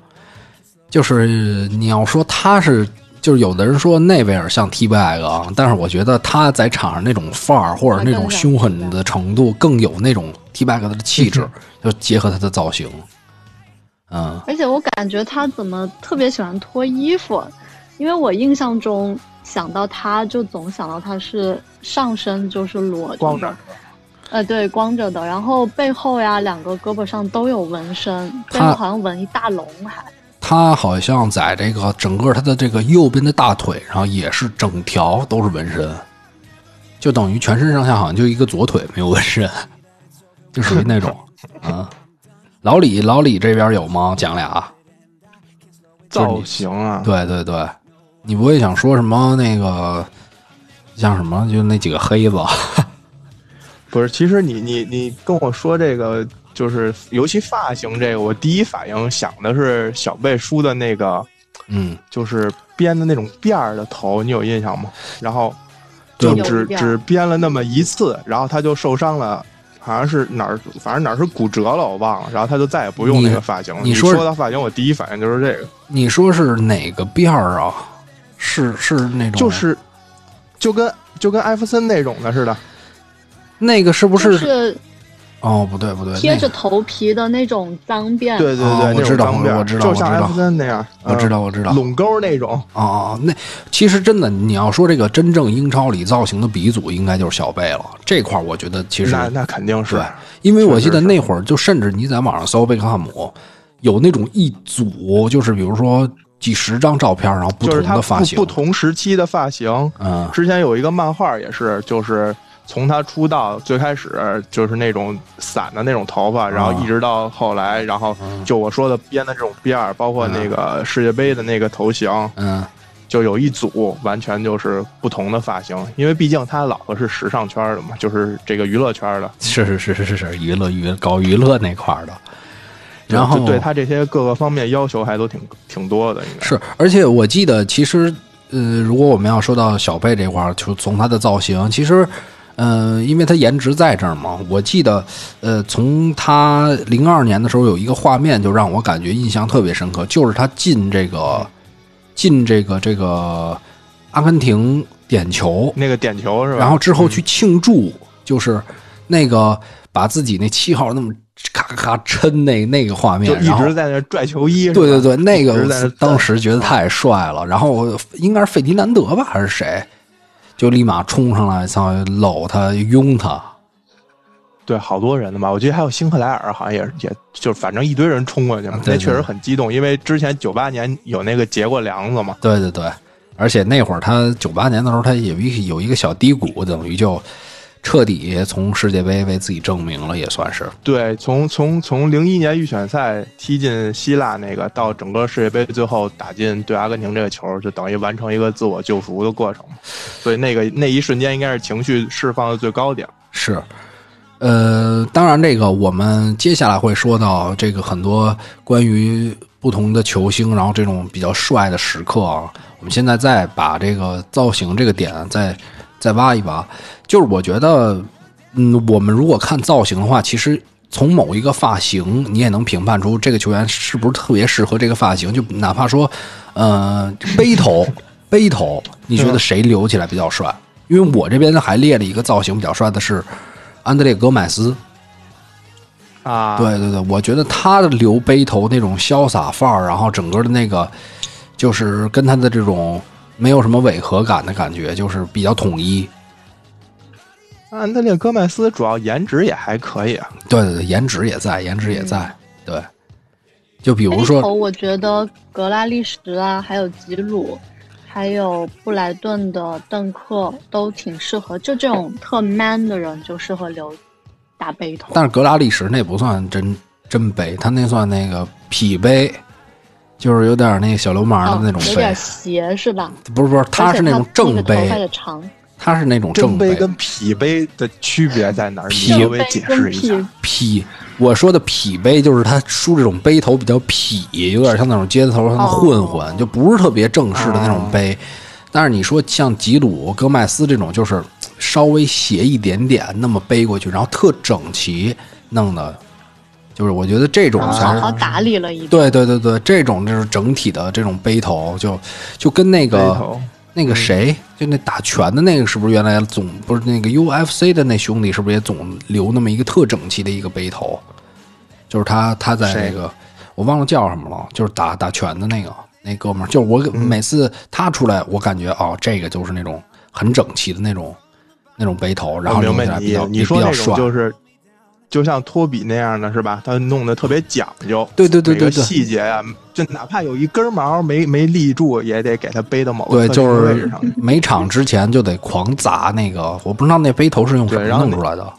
Speaker 2: 就是你要说他是，就是有的人说内维尔像 T bag 啊，但是我觉得他在场上那种范儿或者那种凶狠的程度，更有那种 T bag 的气 质，就结合他的造型，嗯。
Speaker 4: 而且我感觉他怎么特别喜欢脱衣服，因为我印象中想到他就总想到他是上身就是裸着
Speaker 3: 光
Speaker 4: 的
Speaker 3: 着，
Speaker 4: 呃，对，光着的，然后背后呀两个胳膊上都有纹身，背后
Speaker 2: 他
Speaker 4: 好像纹一大龙还。
Speaker 2: 他好像在这个整个他的这个右边的大腿上也是整条都是纹身，就等于全身上下好像就一个左腿没有纹身， 就属于那种啊。老李，老李这边有吗？讲俩。
Speaker 3: 造型啊，
Speaker 2: 对对对，你不会想说什么那个像什么就那几个黑子，
Speaker 3: 不是，其实你你你跟我说这个，就是尤其发型这个，我第一反应想的是小贝梳的那个，
Speaker 2: 嗯，
Speaker 3: 就是编的那种辫儿的头，你有印象吗？然后就
Speaker 4: 对
Speaker 3: 只
Speaker 4: 有辫儿
Speaker 3: 只编了那么一次，然后他就受伤了。好像是哪儿，反正哪儿是骨折了，我忘了。然后他就再也不用
Speaker 2: 你
Speaker 3: 那个发型了。
Speaker 2: 你
Speaker 3: 你
Speaker 2: 说
Speaker 3: 到发型，我第一反应就是这个。
Speaker 2: 你说是哪个辫儿啊？是是那种，
Speaker 3: 就是就跟就跟艾弗森那种的似的，
Speaker 2: 那个是不是？
Speaker 4: 就是
Speaker 2: 哦，不对不对，
Speaker 4: 贴
Speaker 2: 那个
Speaker 4: 着头皮的那种脏辫，
Speaker 3: 对对对，
Speaker 2: 哦我
Speaker 3: 那
Speaker 2: 知
Speaker 3: 种
Speaker 2: 道
Speaker 3: 脏辫儿，
Speaker 2: 我知道
Speaker 3: 就像
Speaker 2: 我知道
Speaker 3: 艾弗森那样，
Speaker 2: 我知道我知道
Speaker 3: 嗯，拢沟那种，
Speaker 2: 哦，那其实真的，你要说这个真正英超里造型的鼻祖，应该就是小贝了。这块儿我觉得其实
Speaker 3: 那那肯定是
Speaker 2: 对，因为我记
Speaker 3: 确
Speaker 2: 得
Speaker 3: 实是
Speaker 2: 那会儿就甚至你在网上搜贝克汉姆，有那种一组，就是比如说几十张照片，然后不
Speaker 3: 就
Speaker 2: 同
Speaker 3: 是他
Speaker 2: 的发
Speaker 3: 不
Speaker 2: 型，
Speaker 3: 不同时期的发型。
Speaker 2: 嗯
Speaker 3: 之前有一个漫画也是，就是从他出道最开始就是那种散的那种头发，
Speaker 2: 啊
Speaker 3: 然后一直到后来，然后
Speaker 2: 嗯
Speaker 3: 就我说的编的这种辫儿，包括那个世界杯的那个头型，
Speaker 2: 嗯，
Speaker 3: 就有一组完全就是不同的发型，因为毕竟他老婆是时尚圈的嘛，就是这个娱乐圈的，
Speaker 2: 是是是是是是娱乐娱搞娱乐那块儿的，然
Speaker 3: 就
Speaker 2: 后
Speaker 3: 对他这些各个方面要求还都挺挺多的，应该
Speaker 2: 是，而且我记得其实，呃，如果我们要说到小贝这块儿，就从他的造型，其实，呃，因为他颜值在这儿嘛，我记得，呃，从他零二年的时候有一个画面就让我感觉印象特别深刻，就是他进这个进这个这个阿根廷点球，
Speaker 3: 那个点球是吧？嗯
Speaker 2: 然后之后去庆祝，就是那个把自己那七号那么咔咔咔抻那那个画面，
Speaker 3: 就一
Speaker 2: 然后
Speaker 3: 直在那拽球衣，是吧
Speaker 2: 对对对，那个
Speaker 3: 一直在那
Speaker 2: 我当时觉得太帅了。然后应该是费迪南德吧，还是谁，就立马冲上来，上去搂他、拥他。
Speaker 3: 对，好多人的嘛，我记得还有辛克莱尔，好像也是，也就反正一堆人冲过去嘛，
Speaker 2: 啊对
Speaker 3: 那确实
Speaker 2: 对
Speaker 3: 很激动，因为之前九八年有那个结过梁子嘛，
Speaker 2: 对对对，而且那会儿他九八年的时候，他有一有一个小低谷，等于就彻底从世界杯为自己证明了，也算是。
Speaker 3: 对，从从从零一年预选赛踢进希腊那个，到整个世界杯最后打进对阿根廷这个球，就等于完成一个自我救赎的过程嘛，所以那个那一瞬间应该是情绪释放的最高点。
Speaker 2: 是，呃，当然，这个我们接下来会说到这个很多关于不同的球星，然后这种比较帅的时刻啊。我们现在再把这个造型这个点再再挖一挖，就是我觉得，嗯，我们如果看造型的话，其实。从某一个发型，你也能评判出这个球员是不是特别适合这个发型。就哪怕说，呃，背头，背头，你觉得谁留起来比较帅？因为我这边还列了一个造型比较帅的是安德烈·戈麦斯。
Speaker 3: 啊，
Speaker 2: 对对对，我觉得他的留背头那种潇洒范儿，然后整个的那个就是跟他的这种没有什么违和感的感觉，就是比较统一。
Speaker 3: 安德烈·戈麦斯主要颜值也还可以啊，
Speaker 2: 对对对，颜值也在，颜值也在。对，就比如
Speaker 4: 嗯哎头
Speaker 2: 说，
Speaker 4: 我觉得格拉利什啊，还有吉鲁，还有布莱顿的邓克都挺适合，就这种特 man 的人就适合留大背头。
Speaker 2: 但是格拉利什那不算真真背，他那算那个痞背，就是有点那小流氓的那种
Speaker 4: 哦、
Speaker 2: 背。
Speaker 4: 有点斜是吧？
Speaker 2: 不是不是，他是那种
Speaker 4: 而且
Speaker 2: 正
Speaker 4: 他那个头发
Speaker 2: 背，
Speaker 4: 也长，
Speaker 2: 他是那种正
Speaker 3: 正杯跟痞杯的区别在哪儿？你
Speaker 2: 痞
Speaker 3: 稍
Speaker 4: 正
Speaker 3: 微
Speaker 4: 背
Speaker 3: 解
Speaker 4: 跟
Speaker 3: 释一下
Speaker 4: 屁。
Speaker 2: 痞，我说的痞杯就是他梳这种背头比较痞，有点像那种街头上的混混，
Speaker 4: 哦
Speaker 2: 就不是特别正式的那种杯。但是你说像吉鲁、戈麦斯这种，就是稍微斜一点点那么背过去，然后特整齐弄的，就是我觉得这种才
Speaker 4: 好
Speaker 2: 是。
Speaker 4: 啊好打理了一点。
Speaker 2: 啊对对对对，这种就是整体的这种背头，就就跟那
Speaker 3: 背
Speaker 2: 个
Speaker 3: 头
Speaker 2: 那个谁，就那打拳的那个，是不是原来总不是那个 UFC 的那兄弟，是不是也总留那么一个特整齐的一个背头？就是他，他在那
Speaker 3: 谁
Speaker 2: 个我忘了叫什么了，就是打打拳的那个那哥们儿，就是
Speaker 3: 嗯
Speaker 2: 我每次他出来，我感觉哦，这个就是那种很整齐的那种那种背头，然后
Speaker 3: 我
Speaker 2: 留
Speaker 3: 明
Speaker 2: 起
Speaker 3: 白
Speaker 2: 来比
Speaker 3: 你
Speaker 2: 较
Speaker 3: 你说
Speaker 2: 比
Speaker 3: 那
Speaker 2: 较
Speaker 3: 种
Speaker 2: 帅，
Speaker 3: 就是，就像托比那样的是吧？他弄得特别讲究，
Speaker 2: 对对对
Speaker 3: 每个
Speaker 2: 对对
Speaker 3: 细节啊，就哪怕有一根毛没没立住，也得给他背到某
Speaker 2: 对，
Speaker 3: 个特
Speaker 2: 就
Speaker 3: 定的位置
Speaker 2: 是
Speaker 3: 上去。
Speaker 2: 每场之前就得狂砸那个，我不知道那背头是用什么
Speaker 3: 对然后
Speaker 2: 弄
Speaker 3: 你
Speaker 2: 出来的，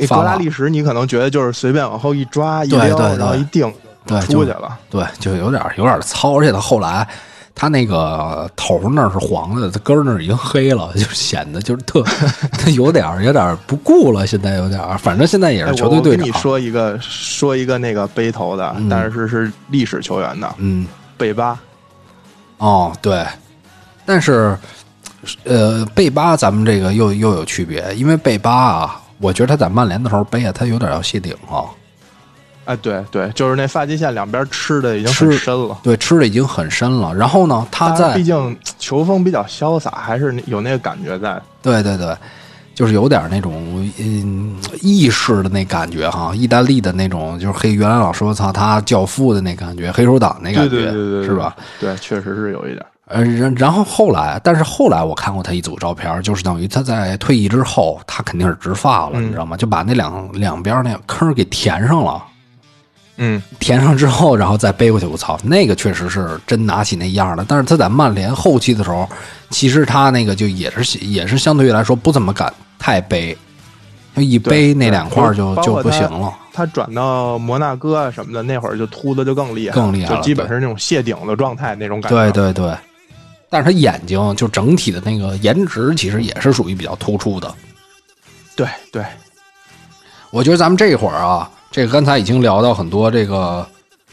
Speaker 3: 哎
Speaker 2: 发
Speaker 3: 格拉
Speaker 2: 蜡
Speaker 3: 利什，你可能觉得就是随便往后一抓一
Speaker 2: 对
Speaker 3: 撩，
Speaker 2: 对对
Speaker 3: 然后一定
Speaker 2: 对，就
Speaker 3: 出去了。
Speaker 2: 对，就有点儿有点儿糙，而且他后来他那个头儿那儿是黄的，他根儿那儿已经黑了，就显得就是 特他有点儿有点儿不顾了，现在有点儿，反正现在也
Speaker 3: 哎
Speaker 2: 是球
Speaker 3: 我
Speaker 2: 队
Speaker 3: 我
Speaker 2: 队
Speaker 3: 跟
Speaker 2: 长。
Speaker 3: 你说一个，说一个那个背头的
Speaker 2: 嗯，
Speaker 3: 但是是历史球员的
Speaker 2: 嗯，
Speaker 3: 贝巴，
Speaker 2: 哦，对，但是呃，贝巴咱们这个又又有区别，因为贝巴啊，我觉得他在曼联的时候背啊，他有点儿要谢顶啊。
Speaker 3: 哎，对对，就是那发际线两边吃的已经
Speaker 2: 吃
Speaker 3: 很深了。
Speaker 2: 对，吃的已经很深了。然后呢，他
Speaker 3: 当然
Speaker 2: 在
Speaker 3: 毕竟球风比较潇洒，还是有那个感觉在。
Speaker 2: 对对对，就是有点那种嗯意式的那感觉哈，意大利的那种，就是黑原来老说操他教父的那感觉，黑手党那感觉
Speaker 3: 对对对对对，
Speaker 2: 是吧？？
Speaker 3: 对，确实是有一点。
Speaker 2: 呃，然然后后来，但是后来我看过他一组照片，就是等于他在退役之后，他肯定是植发了，
Speaker 3: 嗯
Speaker 2: 你知道吗？就把那两两边那个坑儿给填上了，
Speaker 3: 嗯，
Speaker 2: 填上之后，然后再背过去，我操，那个确实是真拿起那样了。但是他在曼联后期的时候，其实他那个就也是也是相对来说不怎么敢太背，就一背
Speaker 3: 对
Speaker 2: 那两块儿就
Speaker 3: 包
Speaker 2: 就
Speaker 3: 括
Speaker 2: 不
Speaker 3: 他
Speaker 2: 行了。
Speaker 3: 他转到摩纳哥啊什么的，那会儿就秃的就更厉害，
Speaker 2: 更厉害了
Speaker 3: 就基本是那种谢顶的状态那种感
Speaker 2: 对
Speaker 3: 觉。，
Speaker 2: 对对，但是他眼睛就整体的那个颜值其实也是属于比较突出的。
Speaker 3: 对对，
Speaker 2: 我觉得咱们这会儿啊，这个刚才已经聊到很多这个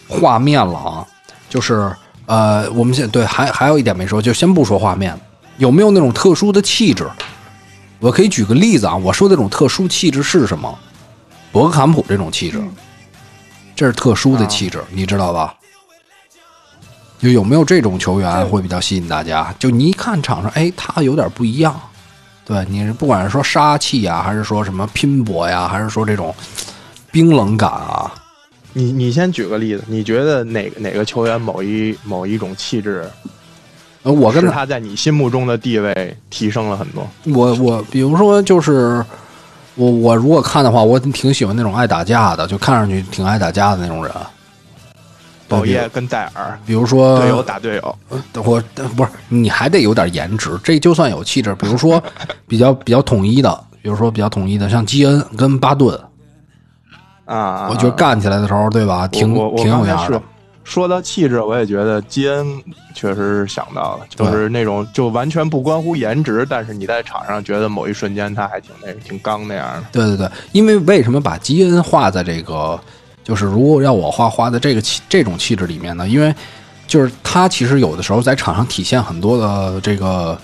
Speaker 2: 画面了啊，就是呃，我们现对还还有一点没说，就先不说画面，有没有那种特殊的气质？我可以举个例子啊，我说的这种特殊气质是什么？博格坎普这种气质，这是特殊的气质，你知道吧？就有没有这种球员会比较吸引大家？就你一看场上，哎，他有点不一样。对你是不管是说杀气呀，还是说什么拼搏呀，还是说这种冰冷感啊，
Speaker 3: 你你先举个例子，你觉得哪哪个球员某一某一种气质，
Speaker 2: 呃我跟
Speaker 3: 是
Speaker 2: 他
Speaker 3: 他在你心目中的地位提升了很多？
Speaker 2: 我我比如说就是我我如果看的话，我挺喜欢那种爱打架的，就看上去挺爱打架的那种人。对呃
Speaker 3: 宝耶，跟戴尔
Speaker 2: 比如比如说呃
Speaker 3: 队友打队友，
Speaker 2: 我不是你还得有点颜值，这就算有气质。比如 说比较比较统一的，比如说比较统一的，像基恩跟巴顿，
Speaker 3: 啊，
Speaker 2: 我觉得干起来的时候，对吧，
Speaker 3: 我
Speaker 2: 挺
Speaker 3: 我我
Speaker 2: 挺有
Speaker 3: 刚
Speaker 2: 样
Speaker 3: 才
Speaker 2: 儿的
Speaker 3: 是。说到气质，我也觉得基恩确实是想到了，就是那种就完全不关乎颜值，但是你在场上觉得某一瞬间他还挺那挺刚那样的。
Speaker 2: 对对对，因为为什么把基恩画在这个，就是如果要我画画在这个气这种气质里面呢？因为就是他其实有的时候在场上体现很多的这个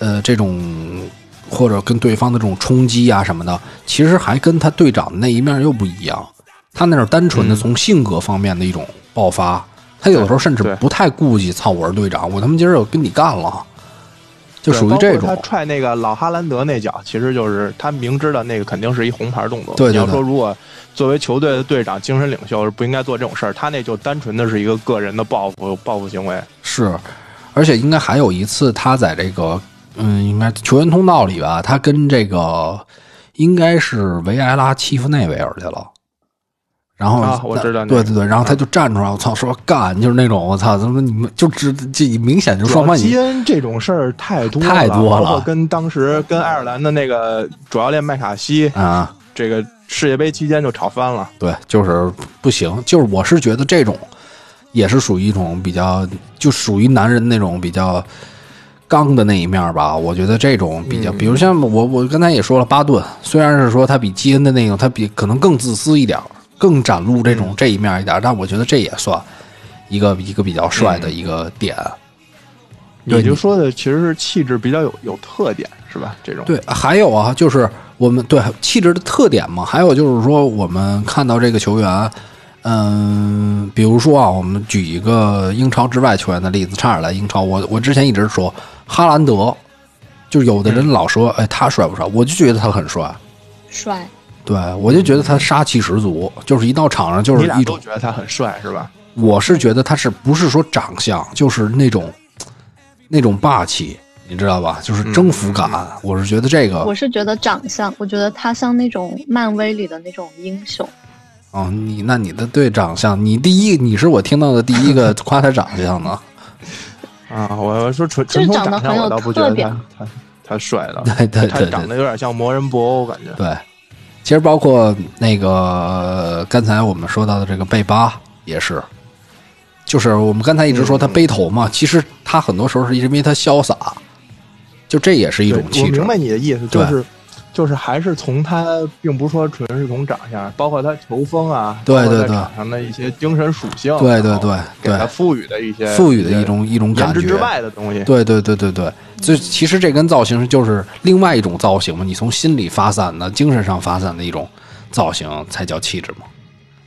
Speaker 2: 呃这种或者跟对方的这种冲击啊什么的，其实还跟他队长的那一面又不一样。他那是单纯的从性格方面的一种爆发，他有的时候甚至
Speaker 3: 对
Speaker 2: 不太顾忌操我是队长，我他妈今儿又跟你干了，就
Speaker 3: 对
Speaker 2: 属于
Speaker 3: 包括
Speaker 2: 这种
Speaker 3: 他。踹那个老哈兰德那脚，其实就是他明知道那个肯定是一红牌动作。
Speaker 2: 对对
Speaker 3: 你要
Speaker 2: 对
Speaker 3: 说如果作为球队的队长、精神领袖是不应该做这种事儿，他那就单纯的是一个个人的报复报复行为。
Speaker 2: 是，而且应该还有一次，他在这个嗯，应该球员通道里吧，他跟这个应该是维埃拉欺负内维尔去了。然后
Speaker 3: 啊我知道那
Speaker 2: 对
Speaker 3: 个
Speaker 2: 对对，然后他就站出来，我操，说干，就是那种我操，怎么你们就知这明显就双方已
Speaker 3: 基
Speaker 2: 经
Speaker 3: 恩这种事儿太多
Speaker 2: 太多了
Speaker 3: 包括跟当时跟爱尔兰的那个主教练麦卡锡，
Speaker 2: 啊，
Speaker 3: 这个世界杯期间就吵翻了。
Speaker 2: 对，就是不行，就是我是觉得这种也是属于一种比较，就属于男人那种比较刚的那一面儿吧。我觉得这种比较，比如像我我刚才也说了，巴顿虽然是说他比基恩的那种，他比可能更自私一点儿，更展露这种、这一面儿一点儿，但我觉得这也算一个一个比较帅的一个点。对
Speaker 3: 你就说的其实是气质比较有有特点，是吧？这种
Speaker 2: 对，还有啊，就是我们对气质的特点嘛，还有就是说我们看到这个球员，嗯，比如说啊，我们举一个英超之外球员的例子，差点来英超，我我之前一直说哈兰德，就有的人老说，哎，他帅不帅？我就觉得他很帅，
Speaker 4: 帅，
Speaker 2: 对我就觉得他杀气十足，就是一到场上就
Speaker 3: 你
Speaker 2: 是
Speaker 3: 俩
Speaker 2: 一
Speaker 3: 都
Speaker 2: 种，
Speaker 3: 觉得他很帅，是吧？
Speaker 2: 我是觉得他是不是说长相，就是那种那种霸气。你知道吧？就是征
Speaker 3: 嗯
Speaker 2: 服感，我是觉得这个。
Speaker 4: 我是觉得长相，我觉得他像那种漫威里的那种英雄，
Speaker 2: 哦，你那你的对长相，你第一，你是我听到的第一个夸他长相 的。
Speaker 3: 啊，我我说纯
Speaker 4: 就
Speaker 3: 纯
Speaker 4: 是
Speaker 3: 从
Speaker 4: 长得
Speaker 3: 长相，
Speaker 4: 很有
Speaker 3: 我倒不觉得
Speaker 4: 特
Speaker 3: 他
Speaker 4: 点
Speaker 3: 他他帅 了，
Speaker 2: 对对
Speaker 3: 他
Speaker 2: 对
Speaker 3: 长
Speaker 2: 对
Speaker 3: 得有点像魔人布欧，感觉。
Speaker 2: 对，其实包括那个呃刚才我们说到的这个贝巴也是，就是我们刚才一直说
Speaker 3: 嗯
Speaker 2: 他背头嘛，其实他很多时候是因为他潇洒，就这也是一
Speaker 3: 对，
Speaker 2: 种气
Speaker 3: 我
Speaker 2: 质
Speaker 3: 明。白你的意思，就
Speaker 2: 对
Speaker 3: 是就是还是从他，并不是说纯是从长相，包括他球风啊，
Speaker 2: 对
Speaker 3: 包括
Speaker 2: 对
Speaker 3: 在
Speaker 2: 对
Speaker 3: 场上的一些精神属性，
Speaker 2: 对对
Speaker 3: 然后
Speaker 2: 对
Speaker 3: 哦给他
Speaker 2: 对，
Speaker 3: 赋予的一些
Speaker 2: 赋予的一种一种
Speaker 3: 颜
Speaker 2: 感
Speaker 3: 值之
Speaker 2: 觉。
Speaker 3: 外的东 西。
Speaker 2: 对对对对对，这其实这跟造型就是另外一种造型嘛，你从心里发散的、精神上发散的一种造型才叫气质嘛。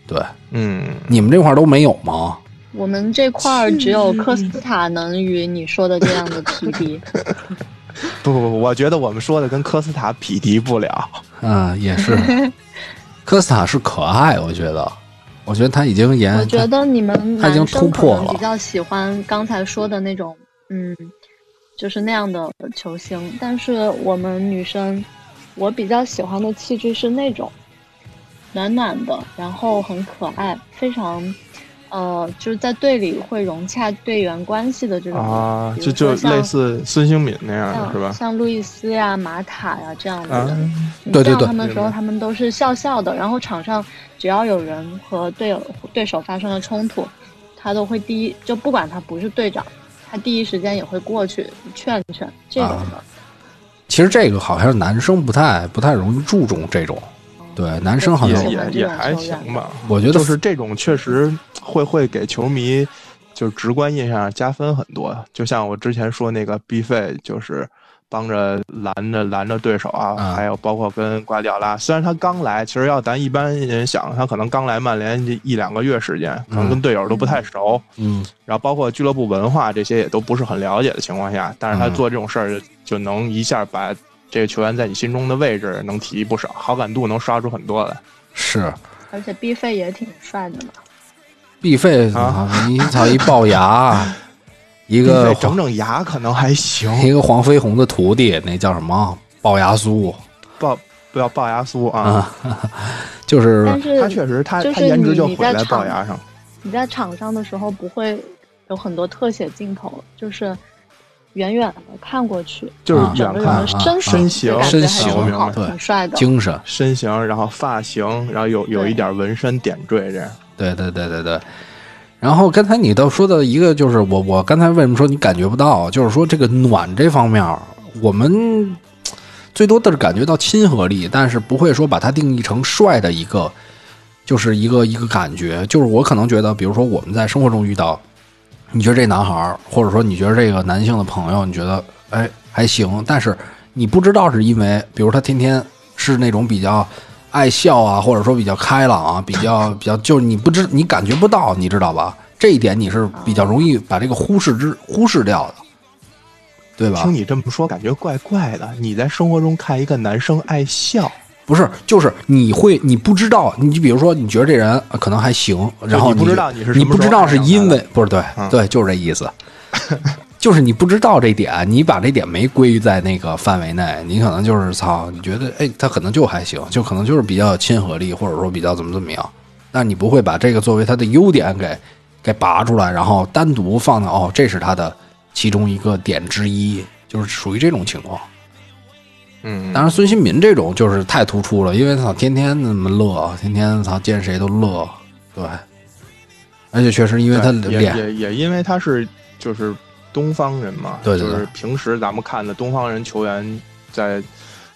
Speaker 2: 对，
Speaker 3: 嗯，
Speaker 2: 你们这块儿都没有吗？
Speaker 4: 我们这块儿只有科斯塔能与你说的这样的匹敌。
Speaker 3: 不不不，我觉得我们说的跟科斯塔匹敌不了。
Speaker 2: 嗯，也是。 科斯塔是可爱，我觉得，我觉得他已经演，
Speaker 4: 我觉得你们
Speaker 2: 他已经
Speaker 4: 男生
Speaker 2: 突
Speaker 4: 可
Speaker 2: 破
Speaker 4: 能
Speaker 2: 了
Speaker 4: 比较喜欢刚才说的那种，嗯，就是那样的球星。但是我们女生，我比较喜欢的气质是那种，暖暖的，然后很可爱，非常，呃，就是在队里会融洽队员关系的这种人
Speaker 3: 啊，
Speaker 4: 比
Speaker 3: 就
Speaker 4: 如
Speaker 3: 就
Speaker 4: 说像
Speaker 3: 类似孙兴敏那样的
Speaker 4: 像
Speaker 3: 啊是吧？
Speaker 4: 像路易斯呀、马塔呀这样的
Speaker 3: 啊
Speaker 4: 人，，你
Speaker 2: 嗯对对
Speaker 4: 叫
Speaker 2: 对
Speaker 4: 他们的时候，
Speaker 3: 明白
Speaker 4: 他们都是笑笑的。然后场上只要有人和队友、对手发生了冲突，他都会第一就不管他不是队长，他第一时间也会过去劝劝这种
Speaker 2: 啊
Speaker 4: 的。
Speaker 2: 其实这个好像男生不太不太容易注重这种，对，男生好
Speaker 3: 也
Speaker 2: 像
Speaker 4: 喜
Speaker 3: 也
Speaker 4: 欢这
Speaker 3: 也
Speaker 4: 种
Speaker 3: 还
Speaker 4: 球员
Speaker 3: 行吧。
Speaker 2: 我觉得
Speaker 3: 就是这种确实会会给球迷就是直观印象加分很多。就像我之前说那个 B 费，就是帮着拦着拦着对手啊，
Speaker 2: 嗯
Speaker 3: 还有包括跟瓜迪奥拉，虽然他刚来，其实要咱一般人想，他可能刚来曼联一一两个月时间，可能跟队友都不太熟，
Speaker 2: 嗯，
Speaker 3: 然后包括俱乐部文化这些也都不是很了解的情况下，但是他
Speaker 2: 嗯
Speaker 3: 做这种事儿就就能一下把。这个球员在你心中的位置能提不少，好感度能刷出很多来。
Speaker 2: 是
Speaker 4: 而且 B 费也挺帅的嘛，
Speaker 2: 必费
Speaker 3: 啊，
Speaker 2: 你操一龅 牙，一个
Speaker 3: 对整整牙可能还行，
Speaker 2: 一个黄飞鸿的徒弟，那叫什么龅牙苏
Speaker 3: 龅不要龅牙酥啊，
Speaker 2: 啊，就是啊
Speaker 4: 但是
Speaker 3: 他确实他
Speaker 4: 就
Speaker 3: 他
Speaker 4: 是
Speaker 3: 颜值
Speaker 4: 你
Speaker 3: 就
Speaker 4: 你
Speaker 3: 毁
Speaker 4: 在
Speaker 3: 在龅
Speaker 4: 场
Speaker 3: 牙
Speaker 2: 嗯
Speaker 3: 上，
Speaker 4: 你在场上的时候不会有很多特写镜头，就是远远的看过去，
Speaker 3: 就是
Speaker 2: 啊
Speaker 3: 远
Speaker 4: 整个人
Speaker 3: 看
Speaker 4: 的
Speaker 2: 啊
Speaker 4: 身
Speaker 2: 啊形
Speaker 3: 身
Speaker 4: 形就感觉还
Speaker 2: 身形
Speaker 4: 挺好，
Speaker 2: 明白
Speaker 4: 挺帅的。
Speaker 2: 精神，
Speaker 3: 身形，然后发型，然后有有一点纹身点缀这样。
Speaker 2: 对对对对对。然后刚才你倒说到一个，就是我我刚才为什么说你感觉不到，就是说这个暖这方面儿，我们最多的是感觉到亲和力，但是不会说把它定义成帅的一个，就是一个一个感觉。就是我可能觉得，比如说我们在生活中遇到，你觉得这男孩儿，或者说你觉得这个男性的朋友，你觉得哎还行，但是你不知道是因为，比如他天天是那种比较爱笑啊，或者说比较开朗啊，比较比较，就是你不知你感觉不到，你知道吧？这一点你是比较容易把这个忽视之忽视掉的，对吧？
Speaker 3: 听你这么说，感觉怪怪的。你在生活中看一个男生爱笑，
Speaker 2: 不是，就是你会，你不知道，你就比如说，你觉得这人呃可能还行，然后
Speaker 3: 你不
Speaker 2: 就
Speaker 3: 知道你是什
Speaker 2: 你
Speaker 3: 么
Speaker 2: 不
Speaker 3: 时
Speaker 2: 知
Speaker 3: 候
Speaker 2: 道
Speaker 3: 爱
Speaker 2: 是
Speaker 3: 上
Speaker 2: 因
Speaker 3: 他
Speaker 2: 为不是对、
Speaker 3: 嗯
Speaker 2: 对，就是这意思，就是你不知道这点，你把这点没归于在那个范围内，你可能就是操，你觉得哎，他可能就还行，就可能就是比较有亲和力，或者说比较怎么怎么样，但你不会把这个作为他的优点给给拔出来，然后单独放到哦，这是他的其中一个点之一，就是属于这种情况。
Speaker 3: 嗯
Speaker 2: 当然，孙兴民这种就是太突出了，因为他天天那么乐，天天他见谁都乐，对。而且确实，因为他
Speaker 3: 对也
Speaker 2: 脸
Speaker 3: 也也因为他是就是东方人嘛，
Speaker 2: 对对对
Speaker 3: 就是平时咱们看的东方人球员在。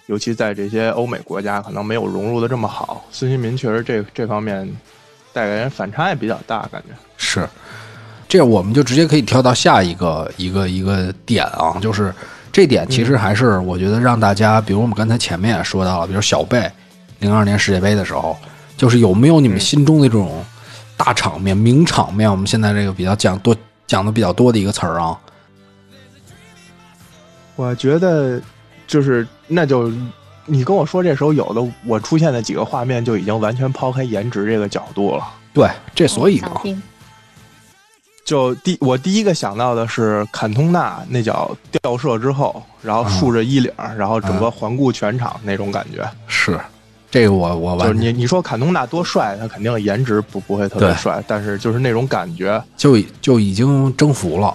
Speaker 3: 尤其在这些欧美国家，可能没有融入的这么好。孙兴民确实这这方面带给人反差也比较大，感觉。
Speaker 2: 是，这样我们就直接可以跳到下一个一个一个点啊，就是这点其
Speaker 3: 嗯
Speaker 2: 实还是我觉得让大家，比如我们刚才前面也说到了，比如小贝零二年世界杯的时候，就是有没有你们
Speaker 3: 嗯
Speaker 2: 心中的这种大场面、名场面？我们现在这个比较讲多讲的比较多的一个词儿啊，
Speaker 3: 我觉得就是那就你跟我说这时候有的我出现的几个画面就已经完全抛开颜值这个角度了。
Speaker 2: 对，这所以
Speaker 4: 哦想
Speaker 2: 嘛，
Speaker 4: 听
Speaker 3: 就第我第一个想到的是坎通纳那脚吊射之后，然后竖着衣领，然后整个环顾全场那种感觉。
Speaker 2: 是这个我我完
Speaker 3: 就是
Speaker 2: 全
Speaker 3: 你你说坎通纳多帅，他肯定颜值不不会特别
Speaker 2: 对
Speaker 3: 帅，但是就是那种感觉，
Speaker 2: 就已就已经征服了，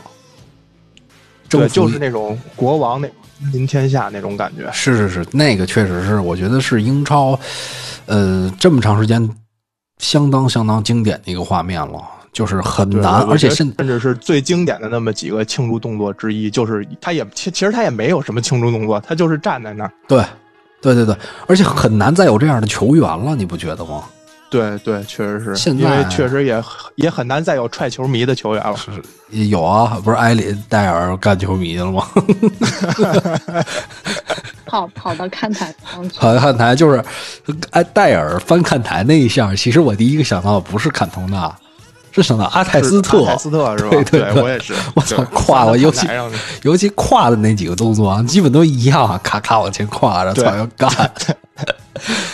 Speaker 2: 征服
Speaker 3: 对，就是那种国王那临天下那种感觉。
Speaker 2: 是是是，那个确实是，我觉得是英超，呃，这么长时间相当相当经典的一个画面了，就是很
Speaker 3: 对
Speaker 2: 难，嗯
Speaker 3: 我
Speaker 2: 而且
Speaker 3: 觉得
Speaker 2: 甚
Speaker 3: 甚至是最经典的那么几个庆祝动作之一，就是他也其其实他也没有什么庆祝动作，他就是站在那儿。
Speaker 2: 对对对对，而且很难再有这样的球员了，你不觉得吗？
Speaker 3: 对对，确实是，
Speaker 2: 现在
Speaker 3: 因为确实也也很难再有踹球迷的球员了。
Speaker 2: 有啊，不是埃里戴尔干球迷了吗？
Speaker 4: 跑跑到看台上去，
Speaker 2: 好像看台就是埃戴尔翻看台那一下，其实我第一个想到的不是坎通纳，是想到阿泰斯特。
Speaker 3: 泰斯特是吧？
Speaker 2: 对对对
Speaker 3: 我也是。
Speaker 2: 我操
Speaker 3: 对
Speaker 2: 跨了
Speaker 3: 看
Speaker 2: 尤其
Speaker 3: 台上去
Speaker 2: 尤其胯的那几个动作啊，基本都一样啊，咔咔往前跨着，
Speaker 3: 对
Speaker 2: 操要干，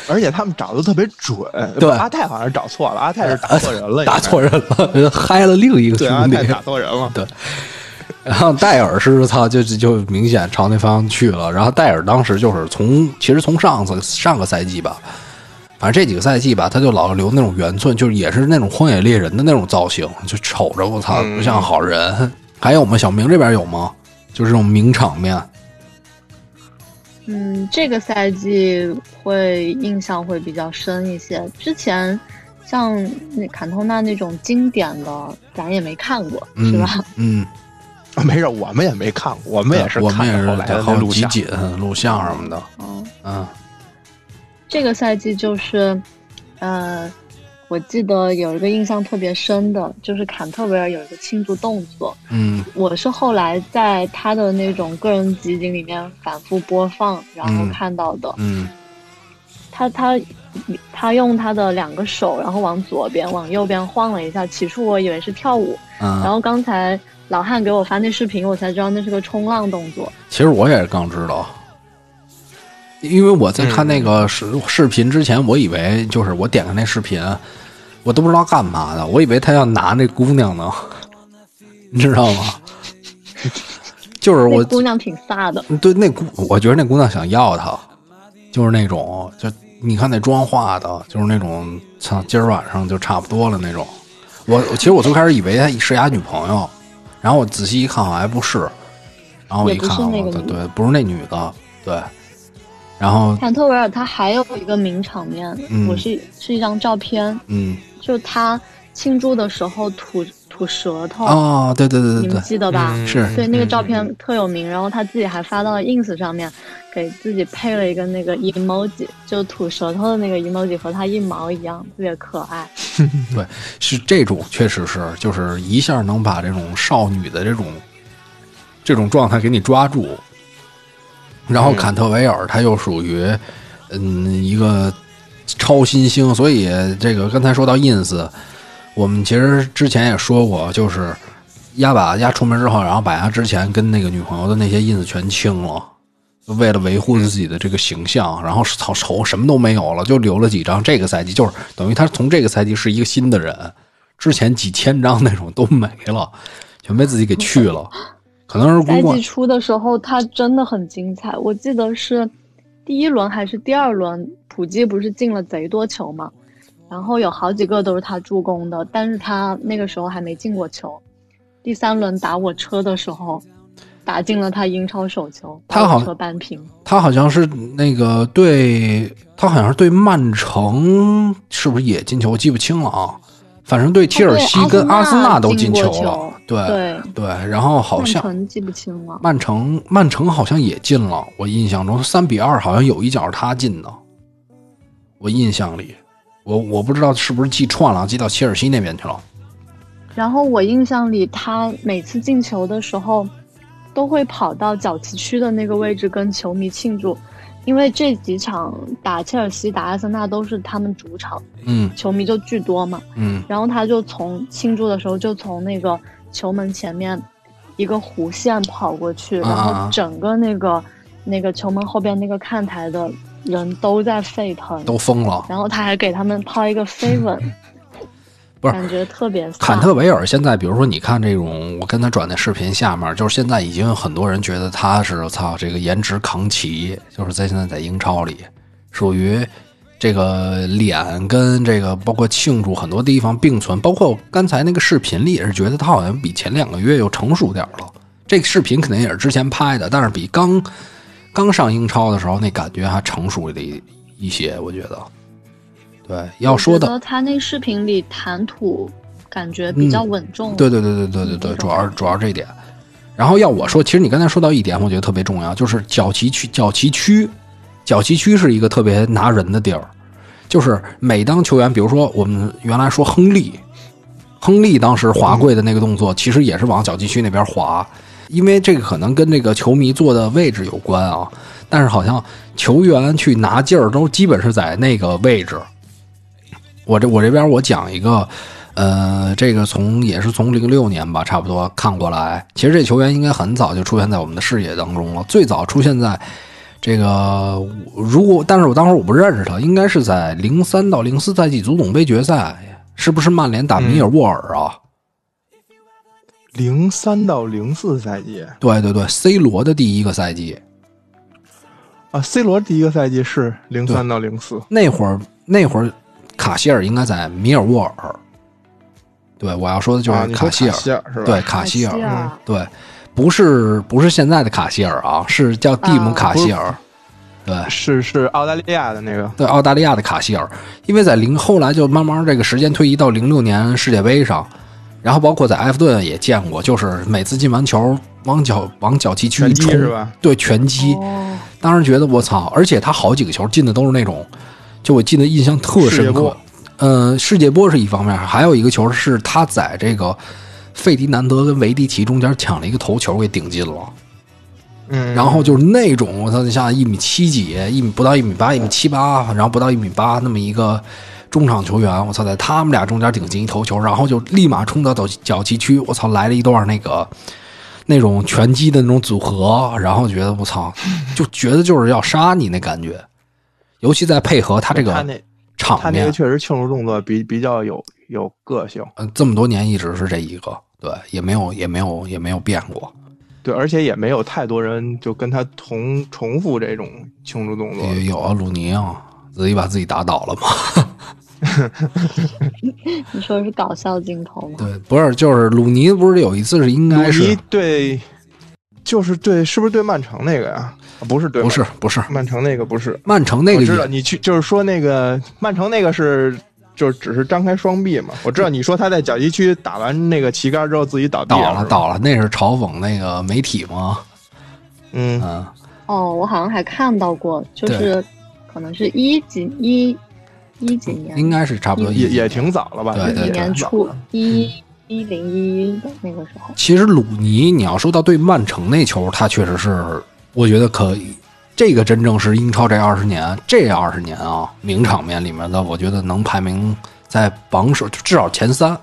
Speaker 3: 而且他们找的特别准。
Speaker 2: 对呃
Speaker 3: 阿泰好像是找错了，阿泰是 打错人了，
Speaker 2: 打错人了，嗨了另一个
Speaker 3: 应该。对，阿
Speaker 2: 兄弟
Speaker 3: 泰。打错人了。
Speaker 2: 然后戴尔是操，就就就明显朝那方向去了。然后戴尔当时就是从，其实从上次上个赛季吧，反正这几个赛季吧，他就老留那种圆寸，就是也是那种荒野猎人的那种造型，就瞅着我操
Speaker 3: 嗯
Speaker 2: 不像好人。还有吗？小明这边有吗？就是这种名场面，
Speaker 4: 嗯，这个赛季会印象会比较深一些。之前像那坎通纳那种经典的，咱也没看过，
Speaker 2: 嗯
Speaker 4: 是吧？
Speaker 2: 嗯，
Speaker 3: 啊没事，我们也没看过，我们也是
Speaker 2: 我们
Speaker 3: 看
Speaker 2: 也
Speaker 3: 了
Speaker 2: 是
Speaker 3: 后来的
Speaker 2: 好
Speaker 3: 那录
Speaker 2: 集
Speaker 3: 像。
Speaker 2: 锦、录像什么的，
Speaker 4: 嗯，
Speaker 2: 嗯
Speaker 4: 这个赛季就是，呃，我记得有一个印象特别深的，就是坎特维尔有一个庆祝动作，
Speaker 2: 嗯
Speaker 4: 我是后来在他的那种个人集锦里面反复播放，然后
Speaker 2: 嗯
Speaker 4: 看到的。
Speaker 2: 嗯
Speaker 4: 他他他用他的两个手，然后往左边、往右边晃了一下。起初我以为是跳舞，然
Speaker 2: 嗯。
Speaker 4: 后刚才老汉给我发那视频，我才知道那是个冲浪动作。
Speaker 2: 其实我也是刚知道，因为我在看
Speaker 3: 嗯
Speaker 2: 那个视视频之前，我以为就是我点开那视频，我都不知道干嘛的，我以为他要拿那姑娘呢， 你知道吗？ 就是我
Speaker 4: 那姑娘挺飒的，
Speaker 2: 对那姑，我觉得那姑娘想要他，就是那种，就你看那妆化的，就是那种，操，今儿晚上就差不多了那种。我我其实我最开始以为她是她女朋友，然后我仔细一看，好像还不是。然后我一看，
Speaker 4: 也
Speaker 2: 我
Speaker 4: 不是那个
Speaker 2: 操，
Speaker 4: 女的
Speaker 2: 对，不是那女的，对。然后，
Speaker 4: 坎特维尔他还有一个名场面，
Speaker 2: 嗯
Speaker 4: 我是是一张照片，
Speaker 2: 嗯，
Speaker 4: 就他庆祝的时候吐吐舌头，
Speaker 2: 哦，对对对
Speaker 4: 你
Speaker 2: 对对，
Speaker 4: 们记得吧？
Speaker 3: 嗯
Speaker 2: 是
Speaker 4: 对，那个照片特有名，然后他自己还发到了 ins 上面，给自己配了一个那个 emoji，就吐舌头的那个 emoji 和他一毛一样，特别可爱。
Speaker 2: 是这种，确实是，就是一下能把这种少女的这种这种状态给你抓住。然后
Speaker 3: 嗯
Speaker 2: 坎特维尔他又属于嗯一个超新星，所以这个刚才说到 ins，我们其实之前也说过，就是丫把丫出门之后，然后把丫之前跟那个女朋友的那些 ins 全清了。为了维护自己的这个形象，然后草愁什么都没有了，就留了几张。这个赛季就是等于他从这个赛季是一个新的人，之前几千张那种都没了，全被自己给去了。可能是
Speaker 4: 赛
Speaker 2: 姑
Speaker 4: 季
Speaker 2: 管，
Speaker 4: 初的时候，他真的很精彩，我记得是第一轮还是第二轮，普基不是进了贼多球嘛，然后有好几个都是他助攻的，但是他那个时候还没进过球。第三轮打我车的时候，打进了他英超首球，
Speaker 2: 他好
Speaker 4: 把我车扳平。
Speaker 2: 他好像是那个对，他好像是对曼城是不是也进球？我记不清了啊。反正对切尔西
Speaker 4: 哦对
Speaker 2: 跟阿森纳都进
Speaker 4: 进过
Speaker 2: 球
Speaker 4: 球
Speaker 2: 了，对
Speaker 4: 对，
Speaker 2: 对。然后好
Speaker 4: 曼
Speaker 2: 像
Speaker 4: 城记不清了。
Speaker 2: 曼城，曼城好像也进了，我印象中三比二，好像有一脚是他进的，我印象里，我我不知道是不是记串了，记到切尔西那边去了。
Speaker 4: 然后我印象里，他每次进球的时候，都会跑到角旗区的那个位置跟球迷庆祝，因为这几场打切尔西、打阿森纳都是他们主场，
Speaker 2: 嗯
Speaker 4: 球迷就巨多嘛。
Speaker 2: 嗯
Speaker 4: 然后他就从庆祝的时候，就从那个球门前面一个弧线跑过去，
Speaker 2: 啊
Speaker 4: 然后整个那个那个球门后边那个看台的人都在沸腾，
Speaker 2: 都疯了。
Speaker 4: 然后他还给他们抛一个飞吻，
Speaker 2: 不是
Speaker 4: 感觉特别飒
Speaker 2: 坎特维尔现在，比如说你看这种，我跟他转的视频下面，就是现在已经有很多人觉得他是操这个颜值扛旗，就是在现在在英超里，属于这个脸跟这个包括庆祝很多地方并存，包括刚才那个视频里也是觉得他好像比前两个月又成熟点儿了。这个视频肯定也是之前拍的，但是比刚刚上英超的时候那感觉还成熟了一一些，我觉得。对，要说的
Speaker 4: 我觉得他那视频里谈吐感觉比较稳重。
Speaker 2: 嗯对对对对对对对，主要是主要是这一点。然后要我说，其实你刚才说到一点，我觉得特别重要，就是角旗区，角旗区，角旗区是一个特别拿人的地儿。就是每当球员，比如说我们原来说亨利，亨利当时滑跪的那个动作，其实也是往角旗区那边滑，因为这个可能跟这个球迷坐的位置有关啊。但是好像球员去拿劲儿都基本是在那个位置。我这我这边我讲一个，呃，这个从也是从零六年吧，差不多看过来。其实这球员应该很早就出现在我们的视野当中了，最早出现在这个如果，但是我当时我不认识他，应该是在零三到零四赛季足总杯决赛，是不是曼联打
Speaker 3: 嗯
Speaker 2: 米尔沃尔啊？
Speaker 3: 零三到零四赛季
Speaker 2: 对对对，C 罗的第一个赛季，
Speaker 3: 啊，C 罗第一个赛季是零三到零四，
Speaker 2: 那会儿那会儿卡希尔应该在米尔沃尔，对我要说的就
Speaker 3: 啊，
Speaker 2: 是
Speaker 3: 你说
Speaker 2: 希
Speaker 3: 卡
Speaker 2: 尔，
Speaker 3: 希尔是吧？
Speaker 2: 对
Speaker 4: 卡
Speaker 2: 卡希尔，
Speaker 4: 希尔
Speaker 2: 对，不是不是现在的卡希尔啊，是叫蒂姆
Speaker 4: 啊
Speaker 2: 卡希尔，对，
Speaker 3: 是是澳大利亚的那个，
Speaker 2: 对，澳大利亚的卡希尔，因为在零后来就慢慢这个时间推移到零六年世界杯上，然后包括在埃弗顿也见过，就是每次进完球往角往角旗区一
Speaker 3: 拳击
Speaker 2: 冲，
Speaker 3: 是吧
Speaker 2: 对拳击，
Speaker 4: 哦，
Speaker 2: 当时觉得我操，而且他好几个球进的都是那种，就我记得印象特
Speaker 3: 世界
Speaker 2: 深刻
Speaker 3: 波。
Speaker 2: 呃，世界波是一方面，还有一个球是他在这个费迪南德跟维迪奇中间抢了一个头球给顶进了。
Speaker 3: 嗯，
Speaker 2: 然后就是那种我操，你像一米七几，一米不到一米八，一米七八，然后不到一米八那么一个中场球员，我操，在他们俩中间顶进一头球，然后就立马冲到角角旗区，我操，来了一段那个那种拳击的那种组合，然后觉得我操，就觉得就是要杀你那感觉，尤其在配合他这
Speaker 3: 他
Speaker 2: 个
Speaker 3: 那他
Speaker 2: 场
Speaker 3: 那个
Speaker 2: 面，
Speaker 3: 确实庆祝动作比比较有有个性，
Speaker 2: 呃，这么多年一直是这一个，对，也没有也没有也没有变过，
Speaker 3: 对，而且也没有太多人就跟他同重复这种庆祝动作。
Speaker 2: 有有啊，鲁尼啊，自己把自己打倒了嘛。
Speaker 4: 你说的是搞笑镜头吗？
Speaker 2: 对，不是，就是鲁尼不是有一次是应
Speaker 3: 鲁
Speaker 2: 该
Speaker 3: 尼
Speaker 2: 是
Speaker 3: 对，就是对，是不是对曼城那个呀？啊不是对，
Speaker 2: 不是不是
Speaker 3: 曼城那个不是。
Speaker 2: 曼城那
Speaker 3: 我
Speaker 2: 个
Speaker 3: 知道
Speaker 2: 也
Speaker 3: 你去就是说那个曼城那个是就只是张开双臂嘛。我知道你说他在角击区打完那个旗杆之后自己倒地
Speaker 2: 倒
Speaker 3: 上
Speaker 2: 了
Speaker 3: 是吧
Speaker 2: 倒了，那是嘲讽那个媒体嘛，
Speaker 3: 嗯，
Speaker 2: 嗯，
Speaker 4: 哦，我好像还看到过，就
Speaker 2: 对
Speaker 4: 是可能是一几一一几年，
Speaker 2: 应该是差不多
Speaker 3: 也
Speaker 2: 一
Speaker 3: 也挺早了吧？
Speaker 2: 对
Speaker 3: 也
Speaker 2: 对嗯
Speaker 4: 一
Speaker 3: 也
Speaker 2: 对
Speaker 4: 年
Speaker 3: 挺早
Speaker 4: 初
Speaker 3: 了
Speaker 4: 一一零一一的那个时候。
Speaker 2: 其实鲁尼，你要说到对曼城那球，他确实是，我觉得可以。这个真正是英超这二十年，这二十年啊，名场面里面的，我觉得能排名在榜首，至少前三，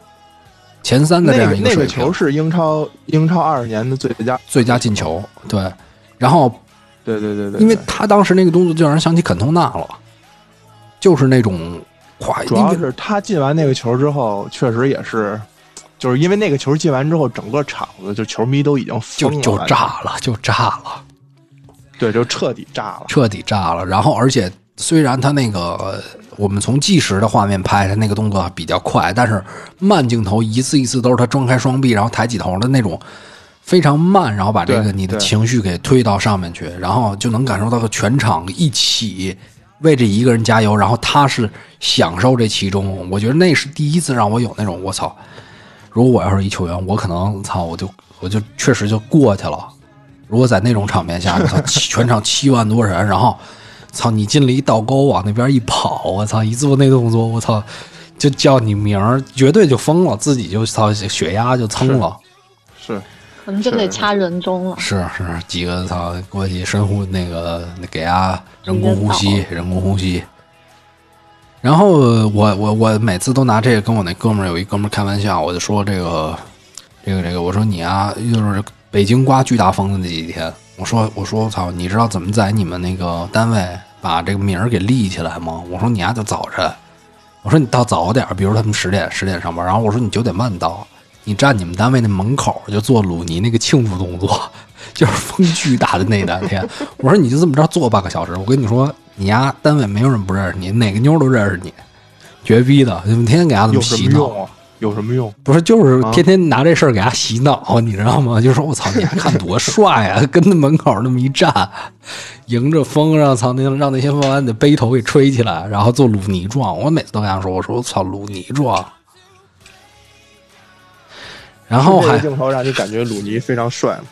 Speaker 2: 前三的这
Speaker 3: 那
Speaker 2: 样
Speaker 3: 个
Speaker 2: 一个
Speaker 3: 那
Speaker 2: 水
Speaker 3: 个
Speaker 2: 平。
Speaker 3: 球是英超英超二十年的最佳，
Speaker 2: 最佳进球，对。然后
Speaker 3: 对对对对，
Speaker 2: 因为
Speaker 3: 对
Speaker 2: 他当时那个动作就让人想起肯通纳了，就是那种夸，
Speaker 3: 主要
Speaker 2: 因为
Speaker 3: 是他进完那个球之后，确实也是，就是因为那个球进完之后，整个场子就球迷都已经
Speaker 2: 就
Speaker 3: 疯了，
Speaker 2: 就炸了，就炸了，
Speaker 3: 对，就彻底炸了。
Speaker 2: 彻底炸了。然后，而且虽然他那个呃我们从计时的画面拍，他那个动作比较快，但是慢镜头一次一次都是他张开双臂，然后抬起头的那种。非常慢，然后把这个
Speaker 3: 对
Speaker 2: 你的
Speaker 3: 对
Speaker 2: 情绪给推到上面去，然后就能感受到全场一起为这一个人加油，然后他是享受这其中。我觉得那是第一次让我有那种我操，如果我要是一球员，我可能操我就我就确实就过去了。如果在那种场面下，我 操，七全场七万多人，然后操你进了一倒钩往那边一跑，我操一做那动作，我操就叫你名儿，绝对就疯了，自己就操血压就蹭了。
Speaker 3: 是，
Speaker 4: 可能就得
Speaker 3: 是
Speaker 4: 掐人中了。
Speaker 2: 是是，几个操过去深呼那个给他人工呼吸，人工呼吸。然后我我我每次都拿这个跟我那哥们儿有一哥们儿开玩笑，我就说这个这个这个，我说你啊，就是北京刮巨大风的那几天，我说我说我操，你知道怎么在你们那个单位把这个名儿给立起来吗？我说你丫、啊就早晨，我说你到早点儿，比如他们十点十点上班，然后我说你九点半到，你站你们单位那门口就做鲁尼那个庆祝动作， 就是风巨大的那两天。我说你就这么着做半个小时，我跟你说，你丫单位没有人不认识你，哪个妞儿都认识你，绝逼的，你们天天给丫这
Speaker 3: 有
Speaker 2: 么
Speaker 3: 什
Speaker 2: 嗯洗
Speaker 3: 么
Speaker 2: 脑。
Speaker 3: 用啊？有什么用？
Speaker 2: 不是，就是天天拿这事儿给他洗脑，你知道吗？ 就说我操，你还看多帅啊， 跟那门口那么一站，迎着风，让操那让那些保安的背头给吹起来，然后做鲁尼状。我每次都跟他说，我说我操鲁尼状，然后
Speaker 3: 这
Speaker 2: 还
Speaker 3: 个镜头让你感觉鲁尼非常帅嘛，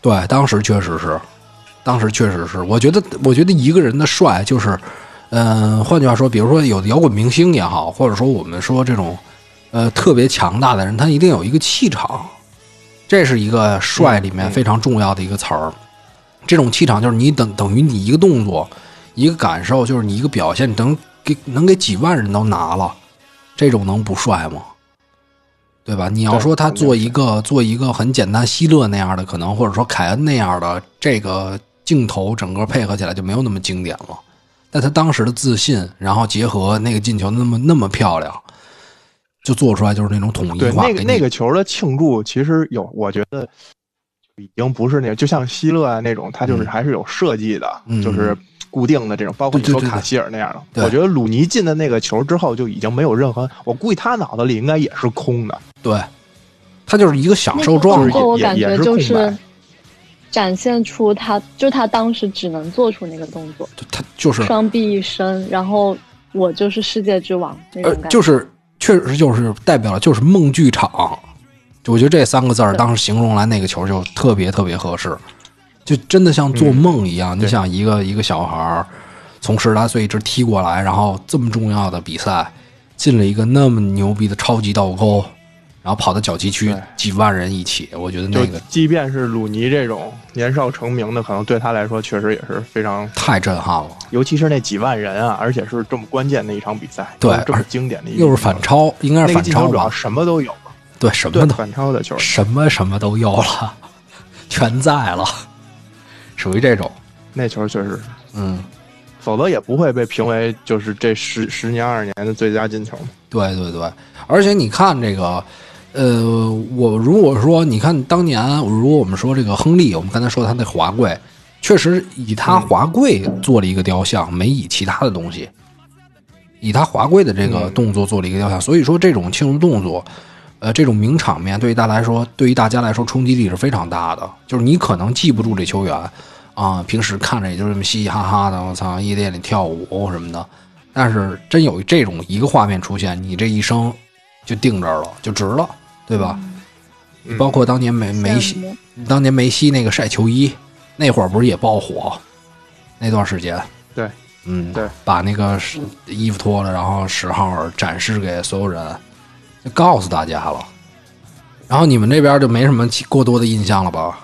Speaker 2: 对，当时确实是，当时确实是。我觉得，我觉得一个人的帅就是，嗯、换句话说，比如说有的摇滚明星也好，或者说我们说这种，呃，特别强大的人，他一定有一个气场，这是一个帅里面
Speaker 3: 嗯嗯
Speaker 2: 非常重要的一个词儿。这种气场就是你等等于你一个动作，一个感受，就是你一个表现，你能给能给几万人都拿了，这种能不帅吗？对吧？你要
Speaker 3: 对
Speaker 2: 说他
Speaker 3: 肯定
Speaker 2: 做
Speaker 3: 是
Speaker 2: 一个做一个很简单希勒那样的，可能或者说凯恩那样的，这个镜头整个配合起来就没有那么经典了。但他当时的自信，然后结合那个进球那么那么漂亮，就做出来就是那种统一
Speaker 3: 对，
Speaker 2: 化。
Speaker 3: 那个
Speaker 2: 给你
Speaker 3: 那个球的庆祝，其实有，我觉得已经不是那种，就像希勒啊那种，他就是
Speaker 2: 嗯
Speaker 3: 还是有设计的，
Speaker 2: 嗯
Speaker 3: 就是固定的这种，包括你
Speaker 2: 对对
Speaker 3: 说
Speaker 2: 对
Speaker 3: 卡
Speaker 2: 对
Speaker 3: 希尔那样的。
Speaker 2: 对
Speaker 3: 我觉得鲁尼进的那个球之后，就已经没有任何，我估计他脑子里应该也是空的。
Speaker 2: 对，他就是一个享受
Speaker 3: 就
Speaker 2: 状
Speaker 3: 是
Speaker 4: 那
Speaker 2: 态
Speaker 4: 个。我
Speaker 3: 也
Speaker 4: 感
Speaker 3: 也
Speaker 4: 觉
Speaker 3: 是
Speaker 4: 就
Speaker 3: 空
Speaker 4: 是
Speaker 3: 白
Speaker 4: 展现出他，就他当时只能做出那个动作，
Speaker 2: 就他就是
Speaker 4: 双臂一伸，然后我就是世界之王那种
Speaker 2: 呃
Speaker 4: 感，觉。
Speaker 2: 就是确实就是代表了就是梦剧场。就我觉得这三个字儿
Speaker 4: 对
Speaker 2: 当时形容来那个球就特别特别合适，就真的像做梦一样。你
Speaker 3: 嗯对
Speaker 2: 想一个一个小孩儿从十来岁一直踢过来，然后这么重要的比赛进了一个那么牛逼的超级倒钩，然后跑到小级区
Speaker 3: 对
Speaker 2: 几万人一起，我觉得那
Speaker 3: 就
Speaker 2: 个
Speaker 3: 即便是鲁尼这种年少成名的，可能对他来说确实也是非常，
Speaker 2: 太震撼了。
Speaker 3: 尤其是那几万人啊，而且是这么关键的一场比赛，
Speaker 2: 对
Speaker 3: 又是这么
Speaker 2: 而
Speaker 3: 经典的一个
Speaker 2: 又是反
Speaker 3: 球，
Speaker 2: 超，应该
Speaker 3: 那
Speaker 2: 是
Speaker 3: 个
Speaker 2: 反
Speaker 3: 进球
Speaker 2: 超
Speaker 3: 主要
Speaker 2: 吧？
Speaker 3: 什么都有，
Speaker 2: 对，什
Speaker 3: 对
Speaker 2: 么都
Speaker 3: 反超的球，
Speaker 2: 什么什么都有了，全在了，属于这种。
Speaker 3: 那球确实，
Speaker 2: 嗯，
Speaker 3: 否则也不会被评为就是这十十年二十年的最佳进球。
Speaker 2: 对对对，而且你看这个，呃，我如果说你看当年，如果我们说这个亨利，我们刚才说他那华贵，确实以他华贵做了一个雕像，没以其他的东西，以他华贵的这个
Speaker 3: 嗯
Speaker 2: 动作做了一个雕像，所以说这种庆祝动作。呃，这种名场面对于大家来说，对于大家来说冲击力是非常大的。就是你可能记不住这球员，啊，平时看着也就这么嘻嘻哈哈的，我操，夜店里跳舞什么的。但是真有这种一个画面出现，你这一生就定这儿了，就值了，对吧？
Speaker 3: 嗯
Speaker 2: 包括当年梅梅
Speaker 4: 羡
Speaker 2: 西，
Speaker 4: 慕
Speaker 2: 当年梅西那个晒球衣，那会儿不是也爆火？那段时间，
Speaker 3: 对，
Speaker 2: 嗯，
Speaker 3: 对，
Speaker 2: 把那个是衣服脱了，然后十号展示给所有人，就告诉大家了。然后你们这边就没什么其过多的印象了吧？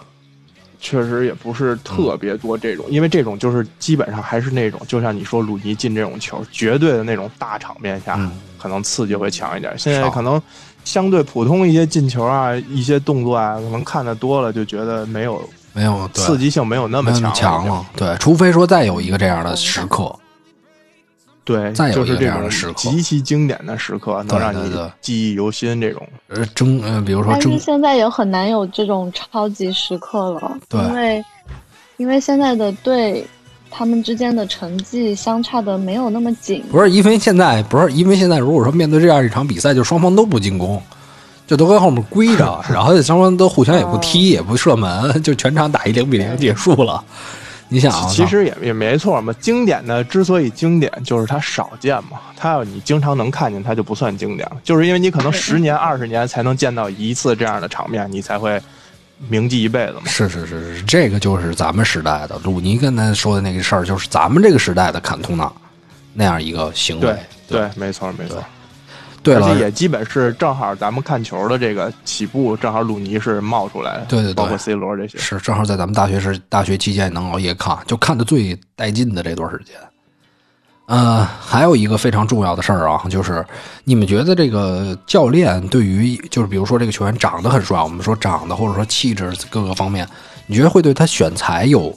Speaker 3: 确实也不是特别多这种，因为这种就是基本上还是那种，就像你说鲁尼进这种球，绝对的那种大场面下，
Speaker 2: 嗯
Speaker 3: 可能刺激会强一点。现在
Speaker 2: 少
Speaker 3: 可能相对普通一些进球啊，一些动作啊，可能看的多了就觉得没有
Speaker 2: 没有，对
Speaker 3: 刺激性，没有那么
Speaker 2: 没有
Speaker 3: 强
Speaker 2: 那
Speaker 3: 了
Speaker 2: 么强了。对，除非说再有一个这样的时刻，
Speaker 3: 对，
Speaker 2: 再有
Speaker 3: 就是
Speaker 2: 一个这
Speaker 3: 这
Speaker 2: 样的
Speaker 3: 种
Speaker 2: 时刻
Speaker 3: 极其经典的时刻，能
Speaker 2: 对
Speaker 3: 让
Speaker 2: 对
Speaker 3: 你
Speaker 2: 对
Speaker 3: 记忆犹新。这种
Speaker 2: 呃，争呃，比如说
Speaker 4: 但
Speaker 2: 争
Speaker 4: 是，现在也很难有这种超级时刻了，
Speaker 2: 对
Speaker 4: 因为因为现在的队他们之间的成绩相差的没有那么紧，
Speaker 2: 不是因为现在不是因为现在，如果说面对这样一场比赛，就双方都不进攻，就都跟后面归 着，然后双方都互相也不踢，也不射门，就全场打一零比零结束 了。你想啊，
Speaker 3: 其实也也没错嘛。经典的之所以经典，就是它少见嘛。它要你经常能看见，它就不算经典了。就是因为你可能十年、二十年才能见到一次这样的场面，你才会铭记一辈子嘛。
Speaker 2: 是是是是，这个就是咱们时代的鲁尼刚才说的那个事儿，就是咱们这个时代的坎通纳那样一个行为
Speaker 3: 对。对，没错没错。
Speaker 2: 对
Speaker 3: 而
Speaker 2: 了
Speaker 3: 且，也基本是正好咱们看球的这个起步，正好鲁尼是冒出来的，
Speaker 2: 对对对
Speaker 3: 包括 C 罗这些。
Speaker 2: 是正好在咱们大学时大学期间能熬夜看，就看的最带劲的这段时间。呃，还有一个非常重要的事儿啊，就是你们觉得这个教练对于，就是比如说这个球员长得很帅，我们说长得或者说气质各个方面，你觉得会对他选材有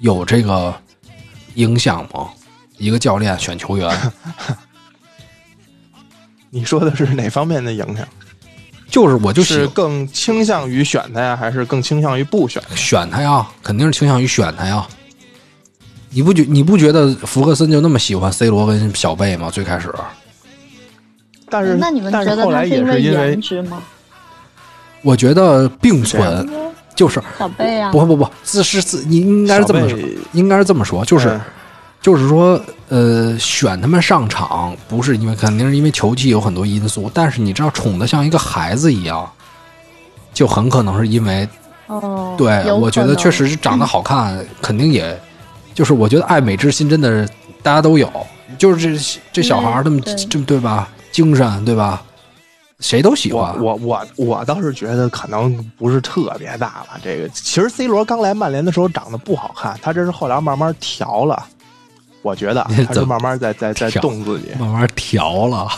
Speaker 2: 有这个影响吗？一个教练选球员，
Speaker 3: 你说的是哪方面的影响？
Speaker 2: 就是我就喜
Speaker 3: 是更倾向于选他呀，还是更倾向于不选？
Speaker 2: 选他呀，肯定是倾向于选他呀。你不觉你不觉得福克森就那么喜欢 C 罗跟小贝吗？最开始，
Speaker 3: 但是
Speaker 4: 哎那你们
Speaker 3: 但
Speaker 4: 觉
Speaker 3: 是
Speaker 4: 得
Speaker 3: 后
Speaker 4: 他
Speaker 3: 来也
Speaker 4: 因为
Speaker 3: 是因为
Speaker 4: 颜值吗？
Speaker 2: 我觉得并
Speaker 3: 这
Speaker 2: 存，就是
Speaker 4: 小贝啊，
Speaker 2: 不不不，自是自，你应该是这么
Speaker 3: 小
Speaker 2: 说
Speaker 3: 贝，
Speaker 2: 应该是这么说，就是、
Speaker 3: 嗯
Speaker 2: 就是说，呃，选他们上场不是因为肯定是因为球技有很多因素，但是你知道宠的像一个孩子一样，就很可能是因为
Speaker 4: 哦，
Speaker 2: 对，
Speaker 4: 有
Speaker 2: 我觉得
Speaker 4: 可
Speaker 2: 确
Speaker 4: 能嗯
Speaker 2: 实是长得好看， 肯定也就是我觉得爱美之心真的是大家都有，就是这这小孩儿
Speaker 4: 嗯
Speaker 2: 这么
Speaker 4: 对
Speaker 2: 这么对吧？精神对吧？谁都喜
Speaker 3: 我
Speaker 2: 欢。
Speaker 3: 我我我倒是觉得可能不是特别大吧。这个其实 C 罗刚来曼联的时候长得不好看，他这是后来慢慢调了。我 觉得啊他是
Speaker 2: 怎么
Speaker 3: 慢慢在在在
Speaker 2: 调
Speaker 3: 动自己，
Speaker 2: 慢慢调了，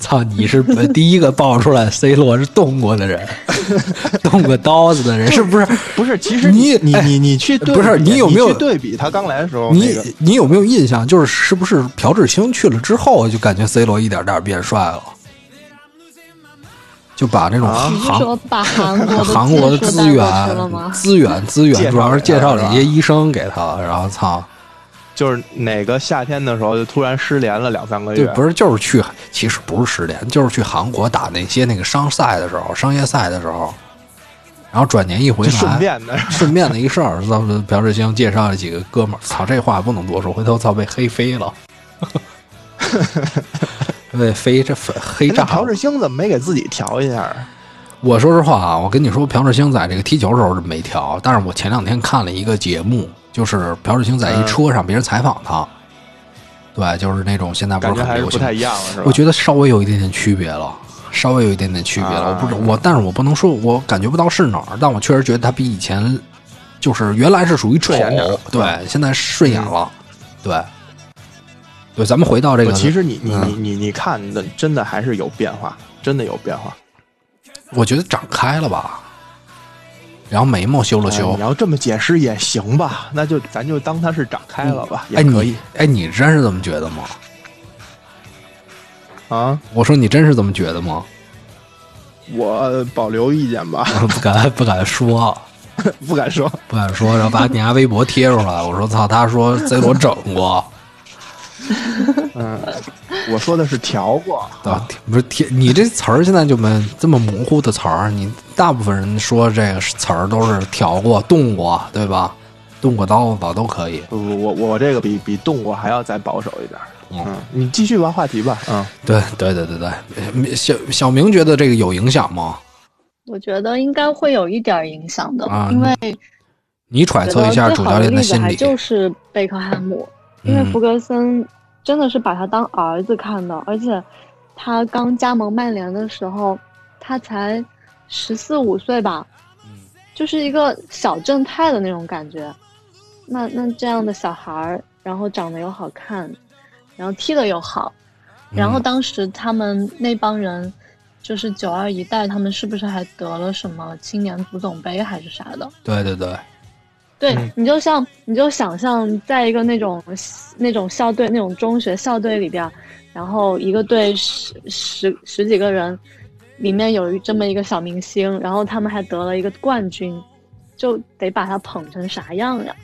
Speaker 2: 操！你 是第一个爆出来 C 罗是动过的人， 动过刀子的人，是不是？
Speaker 3: 不是？其实
Speaker 2: 你
Speaker 3: 你
Speaker 2: 哎
Speaker 3: 你你去对比
Speaker 2: 不是你
Speaker 3: 你
Speaker 2: 有没有
Speaker 3: 去对比他刚来的时候？
Speaker 2: 你
Speaker 3: 那个
Speaker 2: 你有没有印象？就是是不是朴智星去了之后，就感觉 C 罗一点点变帅了？就把这种
Speaker 3: 啊
Speaker 4: 你是
Speaker 2: 行
Speaker 4: 说把韩 国的
Speaker 2: 韩国的
Speaker 4: 技术
Speaker 2: 资
Speaker 4: 带过去了
Speaker 2: 源、
Speaker 4: 吗？
Speaker 2: 资源、资
Speaker 3: 介绍
Speaker 2: 源，主要是介绍
Speaker 3: 给
Speaker 2: 了
Speaker 3: 他
Speaker 2: 一些医生给他，然后操，
Speaker 3: 就是哪个夏天的时候就突然失联了两三个月
Speaker 2: 对，，不是就是去，其实不是失联，就是去韩国打那些那个商赛的时候、商业赛的时候，然后转年一回
Speaker 3: 就顺
Speaker 2: 来，
Speaker 3: 便的。
Speaker 2: 顺便的一事儿，咱们朴志星介绍了几个哥们儿，操，这话不能多说，回头操被黑飞 了，被飞这粉黑
Speaker 3: 哎那
Speaker 2: 炸
Speaker 3: 朴
Speaker 2: 了
Speaker 3: 智。星怎么没给自己调一下？
Speaker 2: 我说实话啊，我跟你说，朴智星在这个踢球的时候是没调，但是我前两天看了一个节目，就是朴智星在一
Speaker 3: 嗯
Speaker 2: 车上，别人采访他，对，就是那种现在不
Speaker 3: 感
Speaker 2: 是
Speaker 3: 觉嗯还
Speaker 2: 很
Speaker 3: 是
Speaker 2: 流
Speaker 3: 不
Speaker 2: 行，
Speaker 3: 太一样了，是吧？
Speaker 2: 我觉得稍微有一点点区别了，稍微有一点点区别了。
Speaker 3: 啊
Speaker 2: 我不知我，但是我不能说我感觉不到是哪儿，但我确实觉得他比以前就是原来是属于丑
Speaker 3: 顺眼点儿，
Speaker 2: 对，现在顺眼了，对，对，咱们回到这
Speaker 3: 嗯我
Speaker 2: 个，
Speaker 3: 其实你你
Speaker 2: 嗯
Speaker 3: 你你你看的真的还是有变化，真的有变化。
Speaker 2: 我觉得长开了吧，然后眉毛修了修
Speaker 3: 哎。你要这么解释也行吧，那就咱就当它是长开了吧，
Speaker 2: 哎，
Speaker 3: 也可以
Speaker 2: 你哎，你真是这么觉得吗？
Speaker 3: 啊。
Speaker 2: 我哎说你真是这么觉得吗？
Speaker 3: 我保留意见吧，
Speaker 2: 不敢不敢说，
Speaker 3: 不 敢说。
Speaker 2: 不敢说，然后把你家微博贴出来。我说操，他说贼给我整 过，
Speaker 3: 嗯，我说的是调过，
Speaker 2: 对吧？不是啊贴你这词儿现在就没这么模糊的词儿，你大部分人说这个词儿都是调过、动过，对吧？动过刀子都可以。
Speaker 3: 不不，我我这个比比动过还要再保守一点。
Speaker 2: 嗯，
Speaker 3: 嗯，你继续吧，话题吧。嗯，
Speaker 2: 对对对对对，小小明觉得这个有影响吗？
Speaker 4: 我觉得应该会有一点儿影响的，
Speaker 2: 啊
Speaker 4: 因为
Speaker 2: 你揣测一下主
Speaker 4: 觉得最
Speaker 2: 教
Speaker 4: 好的
Speaker 2: 练
Speaker 4: 例子
Speaker 2: 心
Speaker 4: 还
Speaker 2: 理。
Speaker 4: 就是贝克汉姆，因为
Speaker 2: 嗯
Speaker 4: 弗格森真的是把他当儿子看的，而且他刚加盟曼联的时候，他才十四五岁吧，就是一个小正太的那种感觉。那那这样的小孩儿，然后长得又好看，然后踢得又好，然后
Speaker 2: 嗯
Speaker 4: 当时他们那帮人，就是九二一代，他们是不是还得了什么青年足总杯还是啥的？
Speaker 2: 对对对，
Speaker 4: 对
Speaker 3: 嗯
Speaker 4: 你就像你就想象在一个那种那种校队那种中学校队里边儿，然后一个队十十十几个人，里面有一这么一个小明星，然后他们还得了一个冠军，就得把他捧成啥样呀？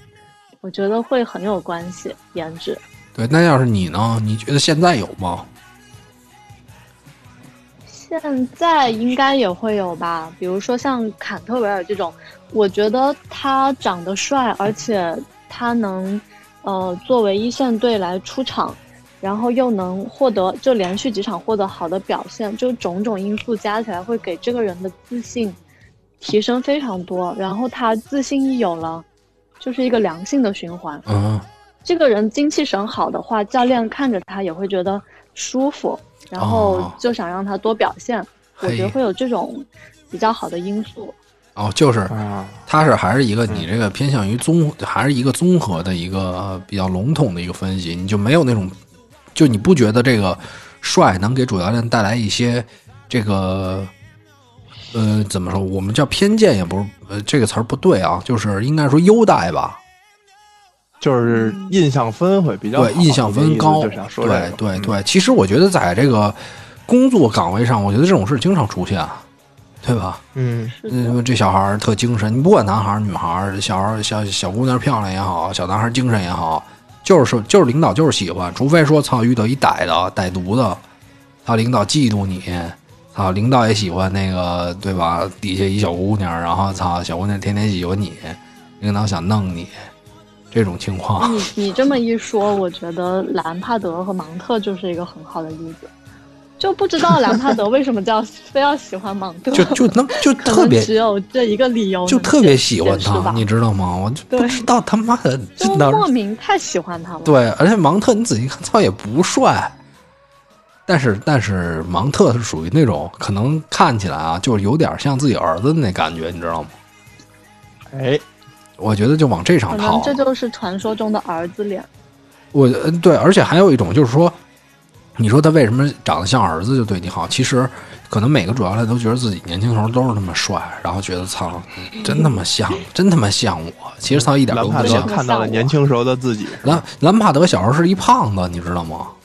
Speaker 4: 我觉得会很有关系，颜值。
Speaker 2: 对，那要是你呢？你觉得现在有吗？
Speaker 4: 现在应该也会有吧，比如说像坎特维尔这种，我觉得他长得帅，而且他能，呃，作为一线队来出场，然后又能获得就连续几场获得好的表现，就种种因素加起来会给这个人的自信提升非常多。然后他自信一有了，就是一个良性的循环。
Speaker 2: 嗯，
Speaker 4: 这个人精气神好的话，教练看着他也会觉得舒服，然后
Speaker 2: 哦
Speaker 4: 就想让他多表现。我觉得
Speaker 2: 嘿
Speaker 4: 会有这种比较好的因素。
Speaker 2: 哦，就是
Speaker 3: 啊，
Speaker 2: 它是还是一个你这个偏向于综，还是一个综合的一个比较笼统的一个分析，你就没有那种，就你不觉得这个帅能给主教练带来一些这个，呃，怎么说？我们叫偏见也不是，呃，这个词儿不对 啊，就是应该说优待吧，
Speaker 3: 就是印象分会比较好
Speaker 2: 对，印象分
Speaker 3: 你
Speaker 2: 高，
Speaker 3: 的意思就想说这
Speaker 2: 对
Speaker 3: 个
Speaker 2: 对
Speaker 3: 嗯
Speaker 2: 对。其实我觉得在这个工作岗位上，我觉得这种事经常出现，啊对吧？
Speaker 3: 嗯，
Speaker 4: 是的，
Speaker 2: 嗯，这小孩儿特精神，你不管男孩儿、女孩儿，小孩儿、小小姑娘漂亮也好，小男孩儿精神也好，就是说就是领导就是喜欢，除非说操遇到一歹的、歹毒的，操领导嫉妒你，操领导也喜欢那个对吧？底下一小姑娘，然后操小姑娘天天喜欢你，领导想弄你，这种情 况，
Speaker 4: 你你这么一说，我觉得兰帕德和芒特就是一个很好的例子。就不知道兰帕德为什么叫非要喜欢芒特，
Speaker 2: 就就能就
Speaker 4: 可
Speaker 2: 特
Speaker 4: 能
Speaker 2: 别
Speaker 4: 只有这一个理由能解，
Speaker 2: 就特别喜欢
Speaker 4: 解释
Speaker 2: 他，
Speaker 4: 吧
Speaker 2: 你知道吗？我就不
Speaker 4: 对
Speaker 2: 知道他妈的
Speaker 4: 就
Speaker 2: 真的
Speaker 4: 莫名太喜欢他了。
Speaker 2: 对，而且芒特你仔细看，操也不帅，但是但是芒特是属于那种可能看起来啊，就是有点像自己儿子的那感觉，你知道吗？
Speaker 3: 哎，
Speaker 2: 我觉得就往这
Speaker 4: 可
Speaker 2: 上
Speaker 4: 能
Speaker 2: 套。啊
Speaker 4: 这就是传说中的儿子脸。
Speaker 2: 我呃对，而且还有一种就是说，你说他为什么长得像儿子就对你好？其实可能每个主教练都觉得自己年轻时候都是那么帅，然后觉得操，真他妈像，真他妈像我。其实操一点
Speaker 3: 兰
Speaker 2: 都
Speaker 3: 帕
Speaker 2: 不
Speaker 3: 德
Speaker 2: 像。
Speaker 3: 看到了年轻时候的自己。
Speaker 2: 兰兰帕德小时候是一胖子，你知道吗？啊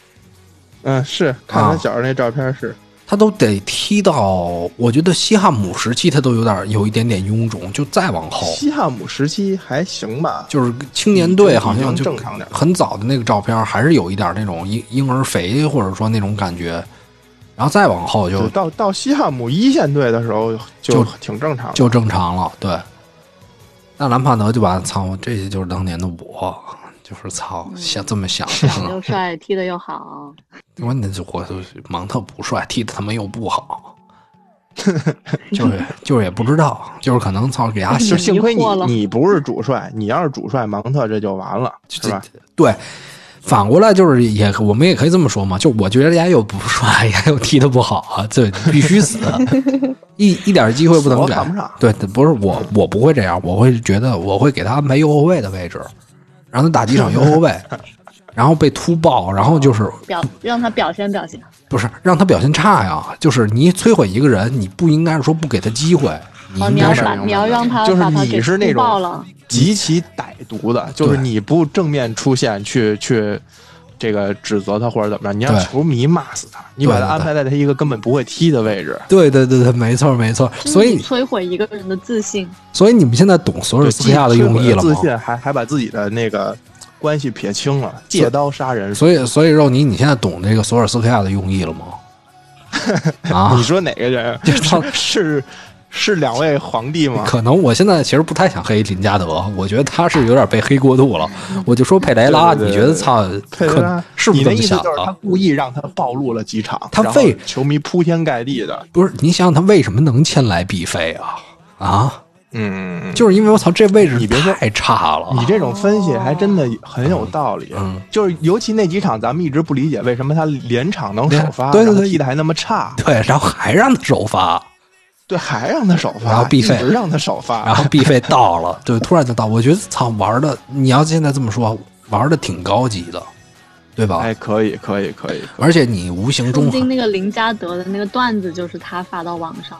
Speaker 3: 嗯，是看他小时候那照片是，
Speaker 2: 他都得踢到，我觉得西汉姆时期他都有点有一点点臃肿，就再往后，
Speaker 3: 西汉姆时期还行吧，
Speaker 2: 就是青年队好像
Speaker 3: 已
Speaker 2: 就
Speaker 3: 经正常点儿
Speaker 2: 很早的那个照片还是有一点那种婴婴儿肥或者说那种感觉，然后再往后就
Speaker 3: 就到到西汉姆一线队的时候就
Speaker 2: 就
Speaker 3: 挺正常的，
Speaker 2: 就正常了，对。那兰帕德就把操，这些就是当年的我，就是操，
Speaker 3: 嗯
Speaker 2: 想这么想
Speaker 4: 长
Speaker 2: 想，
Speaker 4: 又帅，踢得又好，
Speaker 2: 我那就我就芒特不帅，踢的他妈又不 好，就是就是也不知道，就是可能操给他
Speaker 3: 就幸亏你
Speaker 4: 迷惑了
Speaker 3: 你不是主帅，你要是主帅，芒特这就完了，是吧？
Speaker 2: 对，反过来就是也，我们也可以这么说嘛，就我觉得人家又不 帅，人家又踢得不好啊，这必须死，啊 一一点机会不能
Speaker 3: 我
Speaker 2: 给
Speaker 3: 看。不上，
Speaker 2: 对，不是我，我不会这样，我会觉得我会给他安排右后卫的位置，让他打几场右后卫，然后被突爆，然后就是
Speaker 4: 表让他表现表现。
Speaker 2: 不是让他表现差呀？就是你摧毁一个人，你不应该说不给他机会，你
Speaker 4: 哦，
Speaker 2: 应
Speaker 4: 你
Speaker 2: 该
Speaker 4: 要
Speaker 2: 是
Speaker 4: 把你要让他
Speaker 3: 就是
Speaker 4: 把他
Speaker 3: 你
Speaker 4: 给
Speaker 3: 是那
Speaker 4: 踢
Speaker 3: 种
Speaker 4: 爆了，
Speaker 3: 极其歹毒的，就是
Speaker 2: 对
Speaker 3: 你不正面出现去去这个指责他或者怎么样，你让
Speaker 2: 对
Speaker 3: 球迷骂死他，你
Speaker 2: 对
Speaker 3: 把他
Speaker 2: 对
Speaker 3: 安排在他一个根本不会踢的位置，
Speaker 2: 对对对对，没错没错，
Speaker 4: 就是
Speaker 2: 所
Speaker 4: 你
Speaker 2: 以
Speaker 4: 摧毁一个人的自信。
Speaker 2: 所以你们现在懂索尔斯克亚的用意了吗？
Speaker 3: 自信还还把自己的那个关系撇清了，借刀杀人。
Speaker 2: 所以，所以肉泥，你现在懂这个索尔斯克亚的用意了 吗？啊
Speaker 3: 你，说哪 个人？
Speaker 2: 操
Speaker 3: 是是是两位皇帝吗？
Speaker 2: 可能我现在其实不太想黑林加德，我觉得他是有点被黑过度了。我就说佩雷拉，
Speaker 3: 对对对
Speaker 2: 你觉得操，
Speaker 3: 佩雷拉
Speaker 2: 可是不
Speaker 3: 你
Speaker 2: 是这
Speaker 3: 的
Speaker 2: 么
Speaker 3: 意思
Speaker 2: 想啊
Speaker 3: 就是他
Speaker 2: 的？
Speaker 3: 故意让他暴露了几场，
Speaker 2: 他
Speaker 3: 然后
Speaker 2: 为
Speaker 3: 球迷铺天盖地的，
Speaker 2: 不是，你想想他为什么能签来必飞啊？啊，
Speaker 3: 嗯，
Speaker 2: 就是因为我操，这位置
Speaker 3: 你别说
Speaker 2: 太差了。
Speaker 3: 你这种分析还真的很有道理。
Speaker 2: 嗯
Speaker 3: 就是尤其那几场，咱们一直不理解为什么他连场能首发，
Speaker 2: 对对对
Speaker 3: 然后踢的还那么差，
Speaker 2: 对，然后还让他首发，
Speaker 3: 对，还让他首发，
Speaker 2: 然后必
Speaker 3: 一
Speaker 2: 费
Speaker 3: 直让他首
Speaker 2: 然
Speaker 3: 发，
Speaker 2: 后必费到 了，对，突然就到。我觉得操，玩的，你要现在这么说，玩的挺高级的，对吧？
Speaker 3: 哎，可以，可以，可以，
Speaker 2: 而且你无形
Speaker 4: 东
Speaker 2: 中
Speaker 4: 京那个林加德的那个段子就是他发到网上，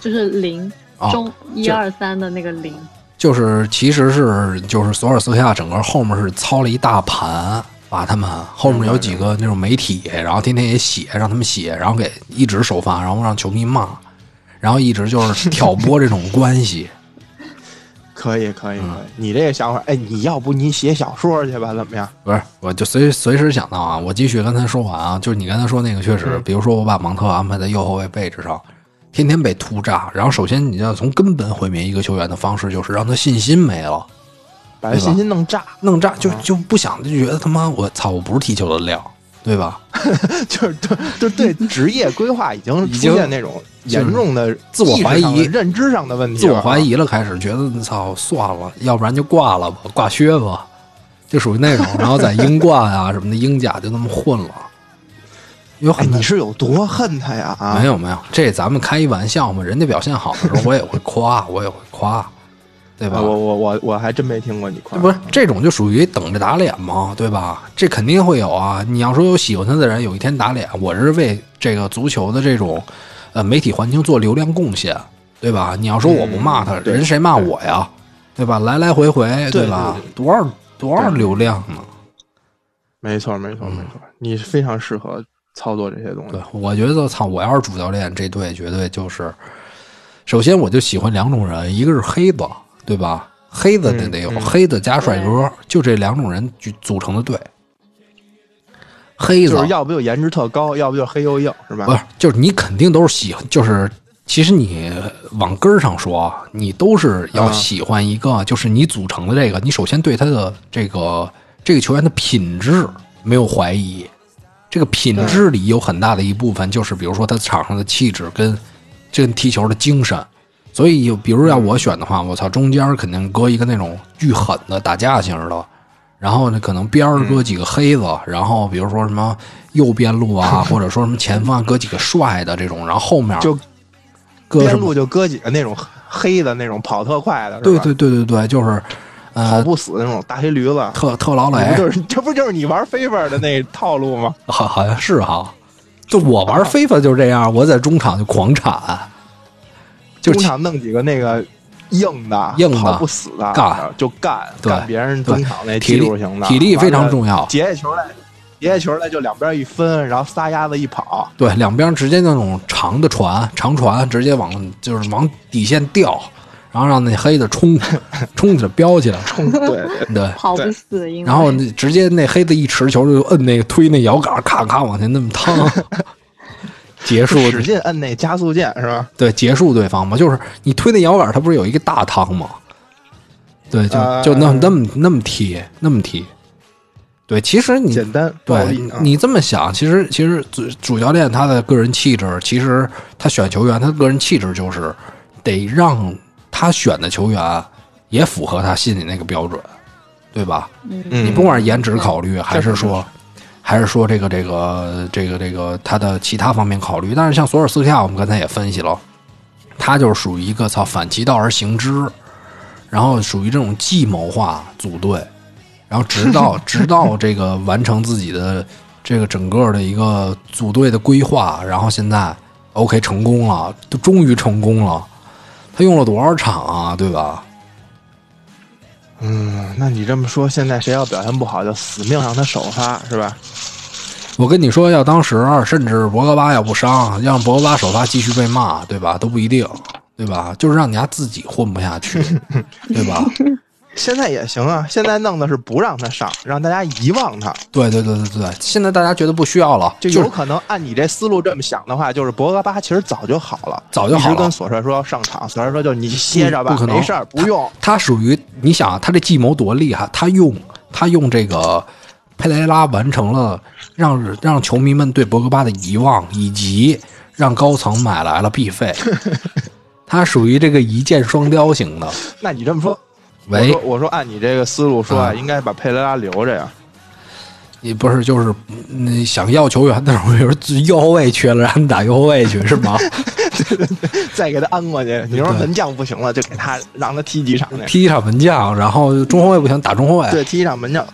Speaker 4: 就是零
Speaker 2: 啊
Speaker 4: 中一
Speaker 2: 就
Speaker 4: 二三的那个零，
Speaker 2: 就是其实是就是索尔斯克亚整个后面是操了一大盘，把他们后面有几个那种媒体，然后天天也写，让他们写，然后给一直首发，然后让球迷骂，然后一直就是挑拨这种关系。
Speaker 3: 可以，可以，可
Speaker 2: 嗯
Speaker 3: 以。你这个想法，哎，你要不你写小说去吧，怎么样？
Speaker 2: 不是，我就随随时想到啊，我继续刚才说完啊，就是你刚才说那个确实，比如说我把芒特安排在右后卫位置上，天天被突炸，然后首先你要从根本毁灭一个球员的方式，就是让他信心没了。
Speaker 3: 把这信心弄炸，
Speaker 2: 弄炸
Speaker 3: 嗯
Speaker 2: 就就不想，就觉得他妈我操，我不是踢球的料，对吧？
Speaker 3: 就是对，就对职业规划已经
Speaker 2: 嗯已经
Speaker 3: 出现那种严重的
Speaker 2: 自我怀疑
Speaker 3: 意识上的认知上的问题
Speaker 2: 自
Speaker 3: 了，
Speaker 2: 我怀疑了，开始觉得操，算了，要不然就挂了吧，挂靴吧，就属于那种。然后在英冠啊什么的，英甲就那么混了。有
Speaker 3: 哎，
Speaker 2: 很多、
Speaker 3: 你是有多恨他呀？啊，
Speaker 2: 没有没有，这咱们开一玩笑嘛，人家表现好的时候，我也会夸，我也会夸，对吧？
Speaker 3: 啊我我我我还真没听过你夸，
Speaker 2: 这不是这种就属于等着打脸嘛，对吧？这肯定会有啊。你要说有喜欢他的人，有一天打脸，我是为这个足球的这种呃媒体环境做流量贡献，对吧？你要说我不骂他，
Speaker 3: 嗯对
Speaker 2: 人谁骂我呀？对吧？来来回回，
Speaker 3: 对
Speaker 2: 吧？
Speaker 3: 对对
Speaker 2: 多少多少
Speaker 3: 对
Speaker 2: 流量呢？
Speaker 3: 没错没错
Speaker 2: 嗯
Speaker 3: 没错，你非常适合操作这些东西
Speaker 2: 对，，我觉得操，我要是主教练，这队绝对就是，首先我就喜欢两种人，一个是黑子，对吧？黑子得
Speaker 3: 嗯
Speaker 2: 得有、
Speaker 3: 嗯
Speaker 2: 黑子加帅哥，就这两种人组组成的队。黑子
Speaker 3: 就是要不就颜值特高，要不就黑又硬，是吧？
Speaker 2: 不是，就是你肯定都是喜，就是其实你往根儿上说，你都是要
Speaker 3: 啊
Speaker 2: 喜欢一个，就是你组成的这个，你首先对他的这个这个球员的品质没有怀疑，这个品质里有很大的一部分就是，比如说他场上的气质跟跟踢球的精神。所以，有比如要我选的
Speaker 3: 嗯
Speaker 2: 话，我操，中间儿肯定搁一个那种巨狠的打架型的，然后呢，可能边儿搁几个黑子，
Speaker 3: 嗯
Speaker 2: 然后比如说什么右边路 啊，或者说什么前方搁几个帅的这种，然后后面
Speaker 3: 就
Speaker 2: 搁
Speaker 3: 边
Speaker 2: 什么？
Speaker 3: 路就搁几个那种黑的那种跑特快的，是吧
Speaker 2: 对对对对对，就是
Speaker 3: 跑
Speaker 2: 呃，
Speaker 3: 不死的那种大黑驴子。
Speaker 2: 特特劳
Speaker 3: 这不
Speaker 2: 雷，
Speaker 3: 就是这不就是你玩 favor 的那套路吗？
Speaker 2: 好好像是哈。就我玩非法就是这样，我在中场就狂铲，就
Speaker 3: 中场弄几个那个硬的、
Speaker 2: 硬的
Speaker 3: 跑不死的，
Speaker 2: 干
Speaker 3: 就干
Speaker 2: 对
Speaker 3: 干别人中场那
Speaker 2: 体
Speaker 3: 技
Speaker 2: 力
Speaker 3: 术型的，
Speaker 2: 体力非常
Speaker 3: 完了
Speaker 2: 重要
Speaker 3: 截下球来职业球呢，就两边一分，然后仨鸭子一跑，
Speaker 2: 对，两边直接那种长的船，长船直接往就是往底线掉，然后让那黑的冲 冲起来飙起来，
Speaker 3: 冲对，
Speaker 2: 对。
Speaker 4: 跑不
Speaker 3: 对
Speaker 4: 死，因为
Speaker 2: 然后那直接那黑子一持球就摁那个推那摇杆，咔咔往前那么趟， 结束
Speaker 3: 使劲摁那加速键是吧？
Speaker 2: 对结束对方嘛，就是你推那摇杆，它不是有一个大汤吗？对，就就那
Speaker 3: 呃
Speaker 2: 那么那么踢，那么踢。对，其实你
Speaker 3: 简单暴
Speaker 2: 嗯对
Speaker 3: 力啊，
Speaker 2: 你这么想，其实其实主主教练他的个人气质，其实他选球员，他的个人气质就是得让他选的球员也符合他心里那个标准，对吧？
Speaker 4: 嗯，
Speaker 2: 你
Speaker 3: 嗯
Speaker 2: 不管是颜值考虑，还
Speaker 3: 这
Speaker 2: 是
Speaker 3: 是
Speaker 2: 说，还是说这个这个这个这个他的其他方面考虑。但是像索尔斯克亚，我们刚才也分析了，他就是属于一个操反其道而行之，然后属于这种计谋化组队，然后直到直到这个完成自己的这个整个的一个组队的规划，然后现在 OK 成功了，就终于成功了。他用了多少场啊，对吧？
Speaker 3: 嗯，那你这么说，现在谁要表现不好，就死命让他首发是吧？
Speaker 2: 我跟你说，要当时啊甚至博格巴要不伤，让博格巴首发继续被骂，对吧？都不一定，对吧？就是让你家自己混不下去， 对吧？
Speaker 3: 现在也行啊，现在弄的是不让他上，让大家遗忘他，
Speaker 2: 对对对对对，现在大家觉得不需要了，
Speaker 3: 就
Speaker 2: 就
Speaker 3: 有
Speaker 2: 是
Speaker 3: 可能按你这思路这么想的话，就是博格巴其实早就好了，
Speaker 2: 早就好了嗯
Speaker 3: 一直跟索帅说上场，索帅说就你歇着吧，
Speaker 2: 不可能
Speaker 3: 没事儿，不用。
Speaker 2: 他属于你想啊，他这计谋多厉害，他用他用这个佩雷拉完成了让让球迷们对博格巴的遗忘，以及让高层买来了必 费，他属于这个一箭双雕型的。
Speaker 3: 那你这么说，我
Speaker 2: 喂
Speaker 3: 说，我说按你这个思路说啊，
Speaker 2: 嗯
Speaker 3: 应该把佩雷拉留 着呀。
Speaker 2: 你不是就是你想要球员的时候，有时候右后卫缺了，让你打右后卫去是吗？
Speaker 3: 再给他安过去。你说门将不行了，就给他让他踢几场去。
Speaker 2: 踢一场门将，然后中后卫不行打中后卫，
Speaker 3: 对，踢一场门将，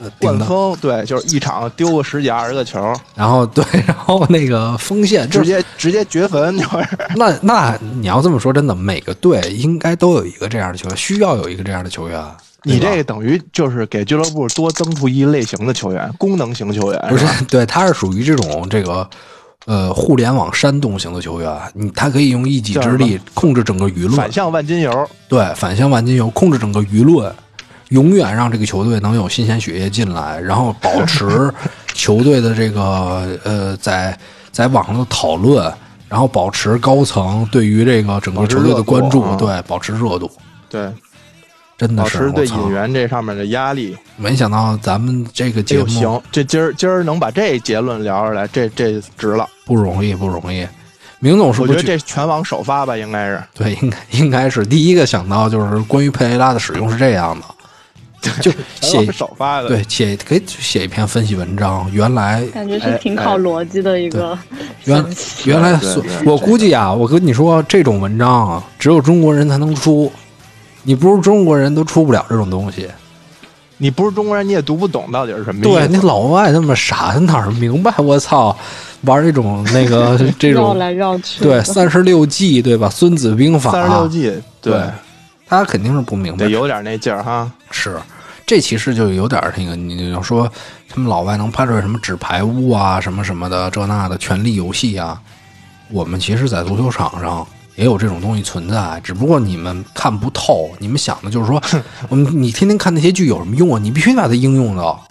Speaker 2: 呃哎顶
Speaker 3: 灌
Speaker 2: 的。
Speaker 3: 风，对，就是一场丢个十几二十个球，
Speaker 2: 然后对， 然后那个锋线就
Speaker 3: 直
Speaker 2: 是
Speaker 3: 接直接绝坟，就是
Speaker 2: 那那你要这么说，真的每个队应该都有一个这样的球员，需要有一个这样的球员。
Speaker 3: 你
Speaker 2: 对吧
Speaker 3: 这个等于就是给俱乐部多增出一类型的球员，功能型球员
Speaker 2: 不是
Speaker 3: 吧
Speaker 2: 对，他是属于这种这个呃互联网煽动型的球员，你他可以用一己
Speaker 3: 叫什
Speaker 2: 之
Speaker 3: 么
Speaker 2: 力控制整个舆论，
Speaker 3: 反向万金油。
Speaker 2: 对，反向万金油，控制整个舆论，永远让这个球队能有新鲜血液进来，然后保 持球队的这个呃，在在网上的讨论，然后保持高层对于这个整个
Speaker 3: 保持
Speaker 2: 球队
Speaker 3: 热
Speaker 2: 的
Speaker 3: 度
Speaker 2: 关注，
Speaker 3: 啊
Speaker 2: 对，保持热度，
Speaker 3: 对，
Speaker 2: 真的
Speaker 3: 保
Speaker 2: 是
Speaker 3: 持
Speaker 2: 我
Speaker 3: 对
Speaker 2: 操
Speaker 3: 引，援这上面的压力。
Speaker 2: 没想到咱们这个
Speaker 3: 哎
Speaker 2: 节
Speaker 3: 呦，
Speaker 2: 目
Speaker 3: 行，这今儿今儿能把这结论聊出来，这这值了。
Speaker 2: 不容易，不容易。明总是
Speaker 3: 我
Speaker 2: 不
Speaker 3: 觉得
Speaker 2: 是
Speaker 3: 这全网首发吧，应该是。
Speaker 2: 对，应该应该是第一个想到就是关于佩雷拉的使用是这样的， 就
Speaker 3: 全网
Speaker 2: 写
Speaker 3: 首发的，
Speaker 2: 对，写可以写一篇分析文章。原来
Speaker 4: 感觉是挺考逻辑的一个
Speaker 2: 原
Speaker 4: 神奇
Speaker 2: 原来
Speaker 3: 对
Speaker 2: 所
Speaker 3: 对
Speaker 2: 我估计啊，我跟你说，这种文章啊，只有中国人才能出，你不是中国人都出不了这种东西。
Speaker 3: 你不是中国人，你也读不懂到底是什么
Speaker 2: 对，
Speaker 3: 意
Speaker 2: 那
Speaker 3: 思。
Speaker 2: 老外那么傻，他哪儿明白？我操，玩这种那个这
Speaker 4: 绕
Speaker 2: 种
Speaker 4: 来绕去的，
Speaker 2: 对三十六计对吧？孙子兵法，
Speaker 3: 三十六计，对，
Speaker 2: 他肯定是不明白
Speaker 3: 得。有点那劲儿哈。
Speaker 2: 是，这其实就有点儿那个，你要说他们老外能拍出来什么纸牌屋啊、什么什么的这那的权力游戏啊，我们其实，在足球场上也有这种东西存在，只不过你们看不透，你们想的就是说，我们你天天看那些剧有什么用啊？你必须把它应用到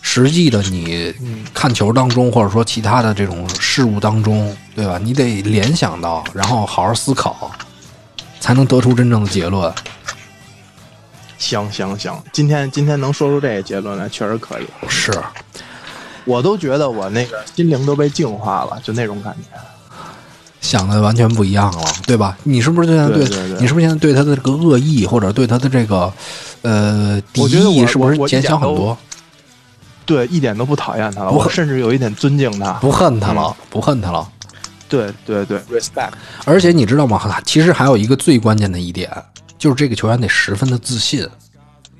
Speaker 2: 实际的你看球当中，或者说其他的这种事物当中，对吧？你得联想到，然后好好思考，才能得出真正的结论。
Speaker 3: 行行行，今天今天能说出这个结论来，确实可以。
Speaker 2: 是。
Speaker 3: 我都觉得我那个心灵都被净化了，就那种感觉。
Speaker 2: 想的完全不一样了，对吧？你是不是现在对
Speaker 3: 对对对
Speaker 2: 你是不是现在对他的这个恶意，或者对他的这个呃敌
Speaker 3: 我觉得
Speaker 2: 意，
Speaker 3: 我
Speaker 2: 是不是
Speaker 3: 我我一
Speaker 2: 减
Speaker 3: 点
Speaker 2: 小很
Speaker 3: 都
Speaker 2: 多？
Speaker 3: 对，一点都不讨厌他了，
Speaker 2: 不
Speaker 3: 我甚至有一点尊敬他。
Speaker 2: 不恨他
Speaker 3: 嗯
Speaker 2: 了，不恨他了。
Speaker 3: 对对对，respect。，
Speaker 2: 而且你知道吗？其实还有一个最关键的一点，就是这个球员得十分的自信，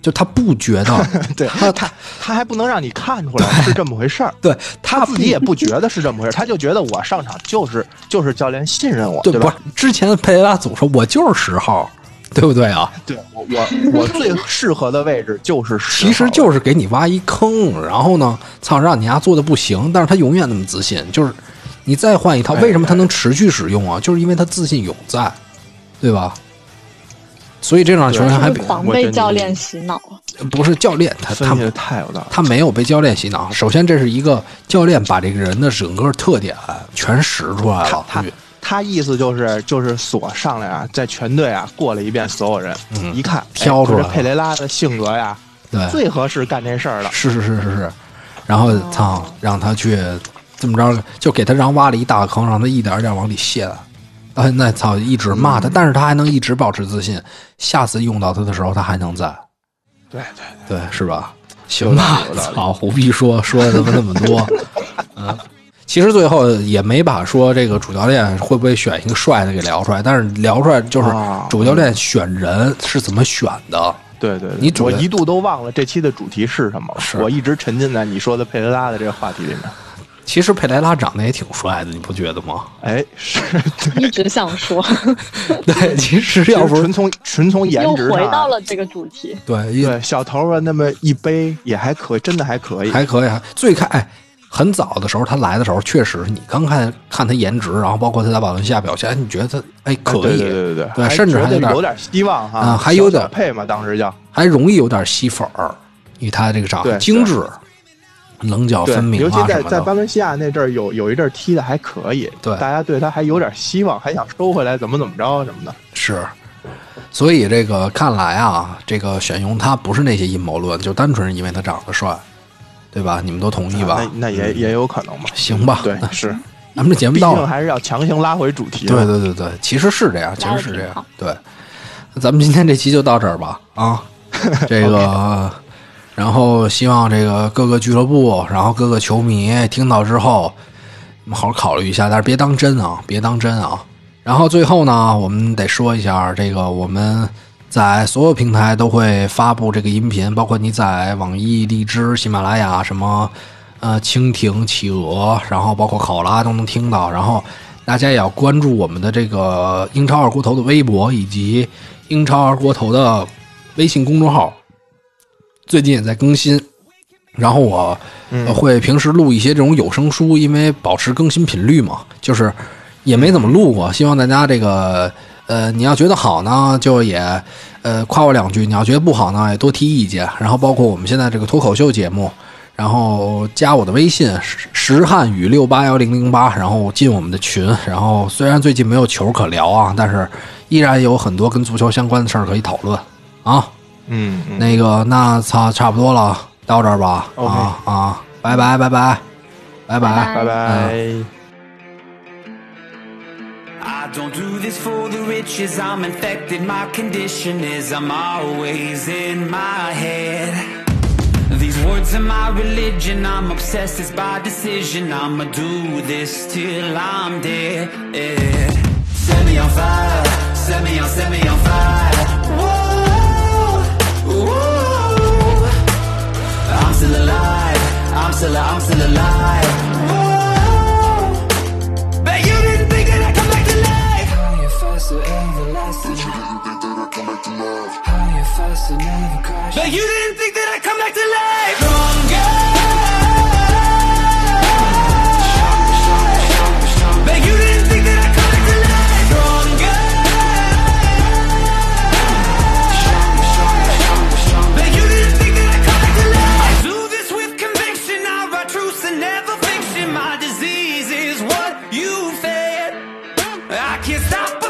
Speaker 2: 就他不觉得
Speaker 3: 对
Speaker 2: 他他
Speaker 3: 他还不能让你看出来是这么回事儿，
Speaker 2: 对他
Speaker 3: 他自己也不觉得是这么回事儿，他就觉得我上场就是就是教练信任我，
Speaker 2: 对
Speaker 3: 吧？
Speaker 2: 不是之前佩雷拉总说我就是十号，对不对啊？
Speaker 3: 对我我我最适合的位置就是10
Speaker 2: 其实
Speaker 3: 号
Speaker 2: 就是给你挖一坑，然后呢，操，让你丫做的不行，但是他永远那么自信，就是你再换一套，
Speaker 3: 哎
Speaker 2: 为什么他能持续使用啊？就是因为他自信永在，对吧？所以这种球员还
Speaker 4: 是
Speaker 2: 比
Speaker 4: 狂
Speaker 3: 我觉得
Speaker 4: 被
Speaker 3: 你
Speaker 4: 教练洗脑了。
Speaker 2: 不是教练，他
Speaker 3: 分
Speaker 2: 他
Speaker 3: 析的太有道理了。
Speaker 2: 他没有被教练洗脑。首先，这是一个教练把这个人的整个特点全识出来了。
Speaker 3: 他他意思就是就是索上来啊，在全队啊过了一遍所有人，
Speaker 2: 嗯
Speaker 3: 一看哎
Speaker 2: 挑出来
Speaker 3: 这
Speaker 2: 了哎
Speaker 3: 佩雷拉的性格呀，
Speaker 2: 对，
Speaker 3: 最合适干这事儿了。
Speaker 2: 是是是是是，然后操，让他去这么着，就给他让挖了一大坑，让他一点儿一点儿往里陷。到现在操一直骂他，但是他还能一直保持自信，下次用到他的时候，他还能在，
Speaker 3: 对对，
Speaker 2: 对，是吧？行吧，操，胡逼说说了他妈那么多， 嗯，其实最后也没把说这个主教练会不会选一个帅的给聊出来，但是聊出来就是
Speaker 3: 啊
Speaker 2: 主教练选人是怎么选的，
Speaker 3: 对对对，
Speaker 2: 你主
Speaker 3: 我
Speaker 2: 任
Speaker 3: 一度都忘了这期的主题是什么了
Speaker 2: 是，
Speaker 3: 我一直沉浸在你说的佩雷拉的这个话题里面。
Speaker 2: 其实佩莱拉长得也挺帅的，你不觉得吗？
Speaker 3: 哎，是，
Speaker 4: 一直想 说，
Speaker 2: 对，其实要
Speaker 3: 要
Speaker 2: 不是
Speaker 3: 纯从纯从颜
Speaker 4: 又
Speaker 3: 值
Speaker 4: 回
Speaker 3: 上啊
Speaker 4: 到，了这个主题。
Speaker 2: 对，一
Speaker 3: 对小头啊发那么一背也还可以，真的还可以。
Speaker 2: 还可以。还最开哎，很早的时候他来的时候，确实你刚看看他颜值，然后包括他在瓦伦西亚表现，哎你觉得他哎可
Speaker 3: 对
Speaker 2: 以，
Speaker 3: 对对对
Speaker 2: 对
Speaker 3: 还
Speaker 2: 甚至
Speaker 3: 觉
Speaker 2: 还
Speaker 3: 得
Speaker 2: 有点
Speaker 3: 有点希望哈，
Speaker 2: 啊还有点
Speaker 3: 小小配嘛，当时叫
Speaker 2: 还容易有点吸粉儿，因为他这个长
Speaker 3: 对
Speaker 2: 相
Speaker 3: 是
Speaker 2: 精致，棱角
Speaker 3: 对
Speaker 2: 分，明
Speaker 3: 尤其
Speaker 2: 啊
Speaker 3: 在
Speaker 2: 什么
Speaker 3: 在巴
Speaker 2: 的。
Speaker 3: 伦西亚那阵儿有有一阵儿踢的还可以，
Speaker 2: 对
Speaker 3: 大家对他还有点希望，还想收回来，怎么怎么着啊什么的。
Speaker 2: 是，所以这个看来啊，这个选用他不是那些阴谋论，就单纯是因为他长得帅，对吧？你们都同意吧？
Speaker 3: 啊
Speaker 2: 嗯
Speaker 3: 那那也也有可能吧。
Speaker 2: 行吧？
Speaker 3: 对
Speaker 2: 那，
Speaker 3: 是，
Speaker 2: 咱们这节目
Speaker 3: 毕
Speaker 2: 到
Speaker 3: 竟
Speaker 2: 了。
Speaker 3: 还是要强行拉回主题嘛。
Speaker 2: 对对对对，其实是这样，其实
Speaker 4: 聊得
Speaker 2: 是
Speaker 4: 挺
Speaker 2: 这样
Speaker 4: 好。
Speaker 2: 对，那咱们今天这期就到这儿吧啊， 这个，然后希望这个各个俱乐部，然后各个球迷听到之后，你们好好考虑一下，但是别当真啊，别当真啊。然后最后呢，我们得说一下，这个我们在所有平台都会发布这个音频，包括你在网易、荔枝、喜马拉雅什么，呃，蜻蜓、企鹅，然后包括考拉都能听到。然后大家也要关注我们的这个英超二锅头的微博以及英超二锅头的微信公众号，最近也在更新。然后我呃会平时录一些这种有声书，因为保持更新频率嘛，就是也没怎么录过。希望大家这个呃，你要觉得好呢，就也呃夸我两句；你要觉得不好呢，也多提意见。然后包括我们现在这个脱口秀节目，然后加我的微信石石汉语六八幺零零八，然后进我们的群。然后虽然最近没有球可聊啊，但是依然有很多跟足球相关的事儿可以讨论啊。
Speaker 3: 嗯嗯，
Speaker 2: 那个，那差差不多了，到这儿吧。
Speaker 3: OK
Speaker 2: 啊啊，拜拜拜拜拜拜
Speaker 4: 拜
Speaker 3: 拜拜。
Speaker 2: 嗯
Speaker 1: I don't do this for the riches. I'm infected. My condition is I'm always in my head. These words are my religion. I'm obsessed. It's by decision. I'ma do this till I'm dead. Set me on fire. Set me on. Set me on fire. Whoa, whoa. I'm still alive. I'm still. I'm still alive. Whoa. Bet you didn't think that I come back to life.
Speaker 5: Higher, faster, everlasting. But you didn't think that I'd come back to life. Higher, faster, never crash.
Speaker 1: Bet you didn't think that I would come back to life. Stronger. Bet you didn't think that I would come back to life. Stronger. Bet you didn't think that I would come back to life. I do this with conviction. I write truths and never fiction. My disease is what you fed. I can't stop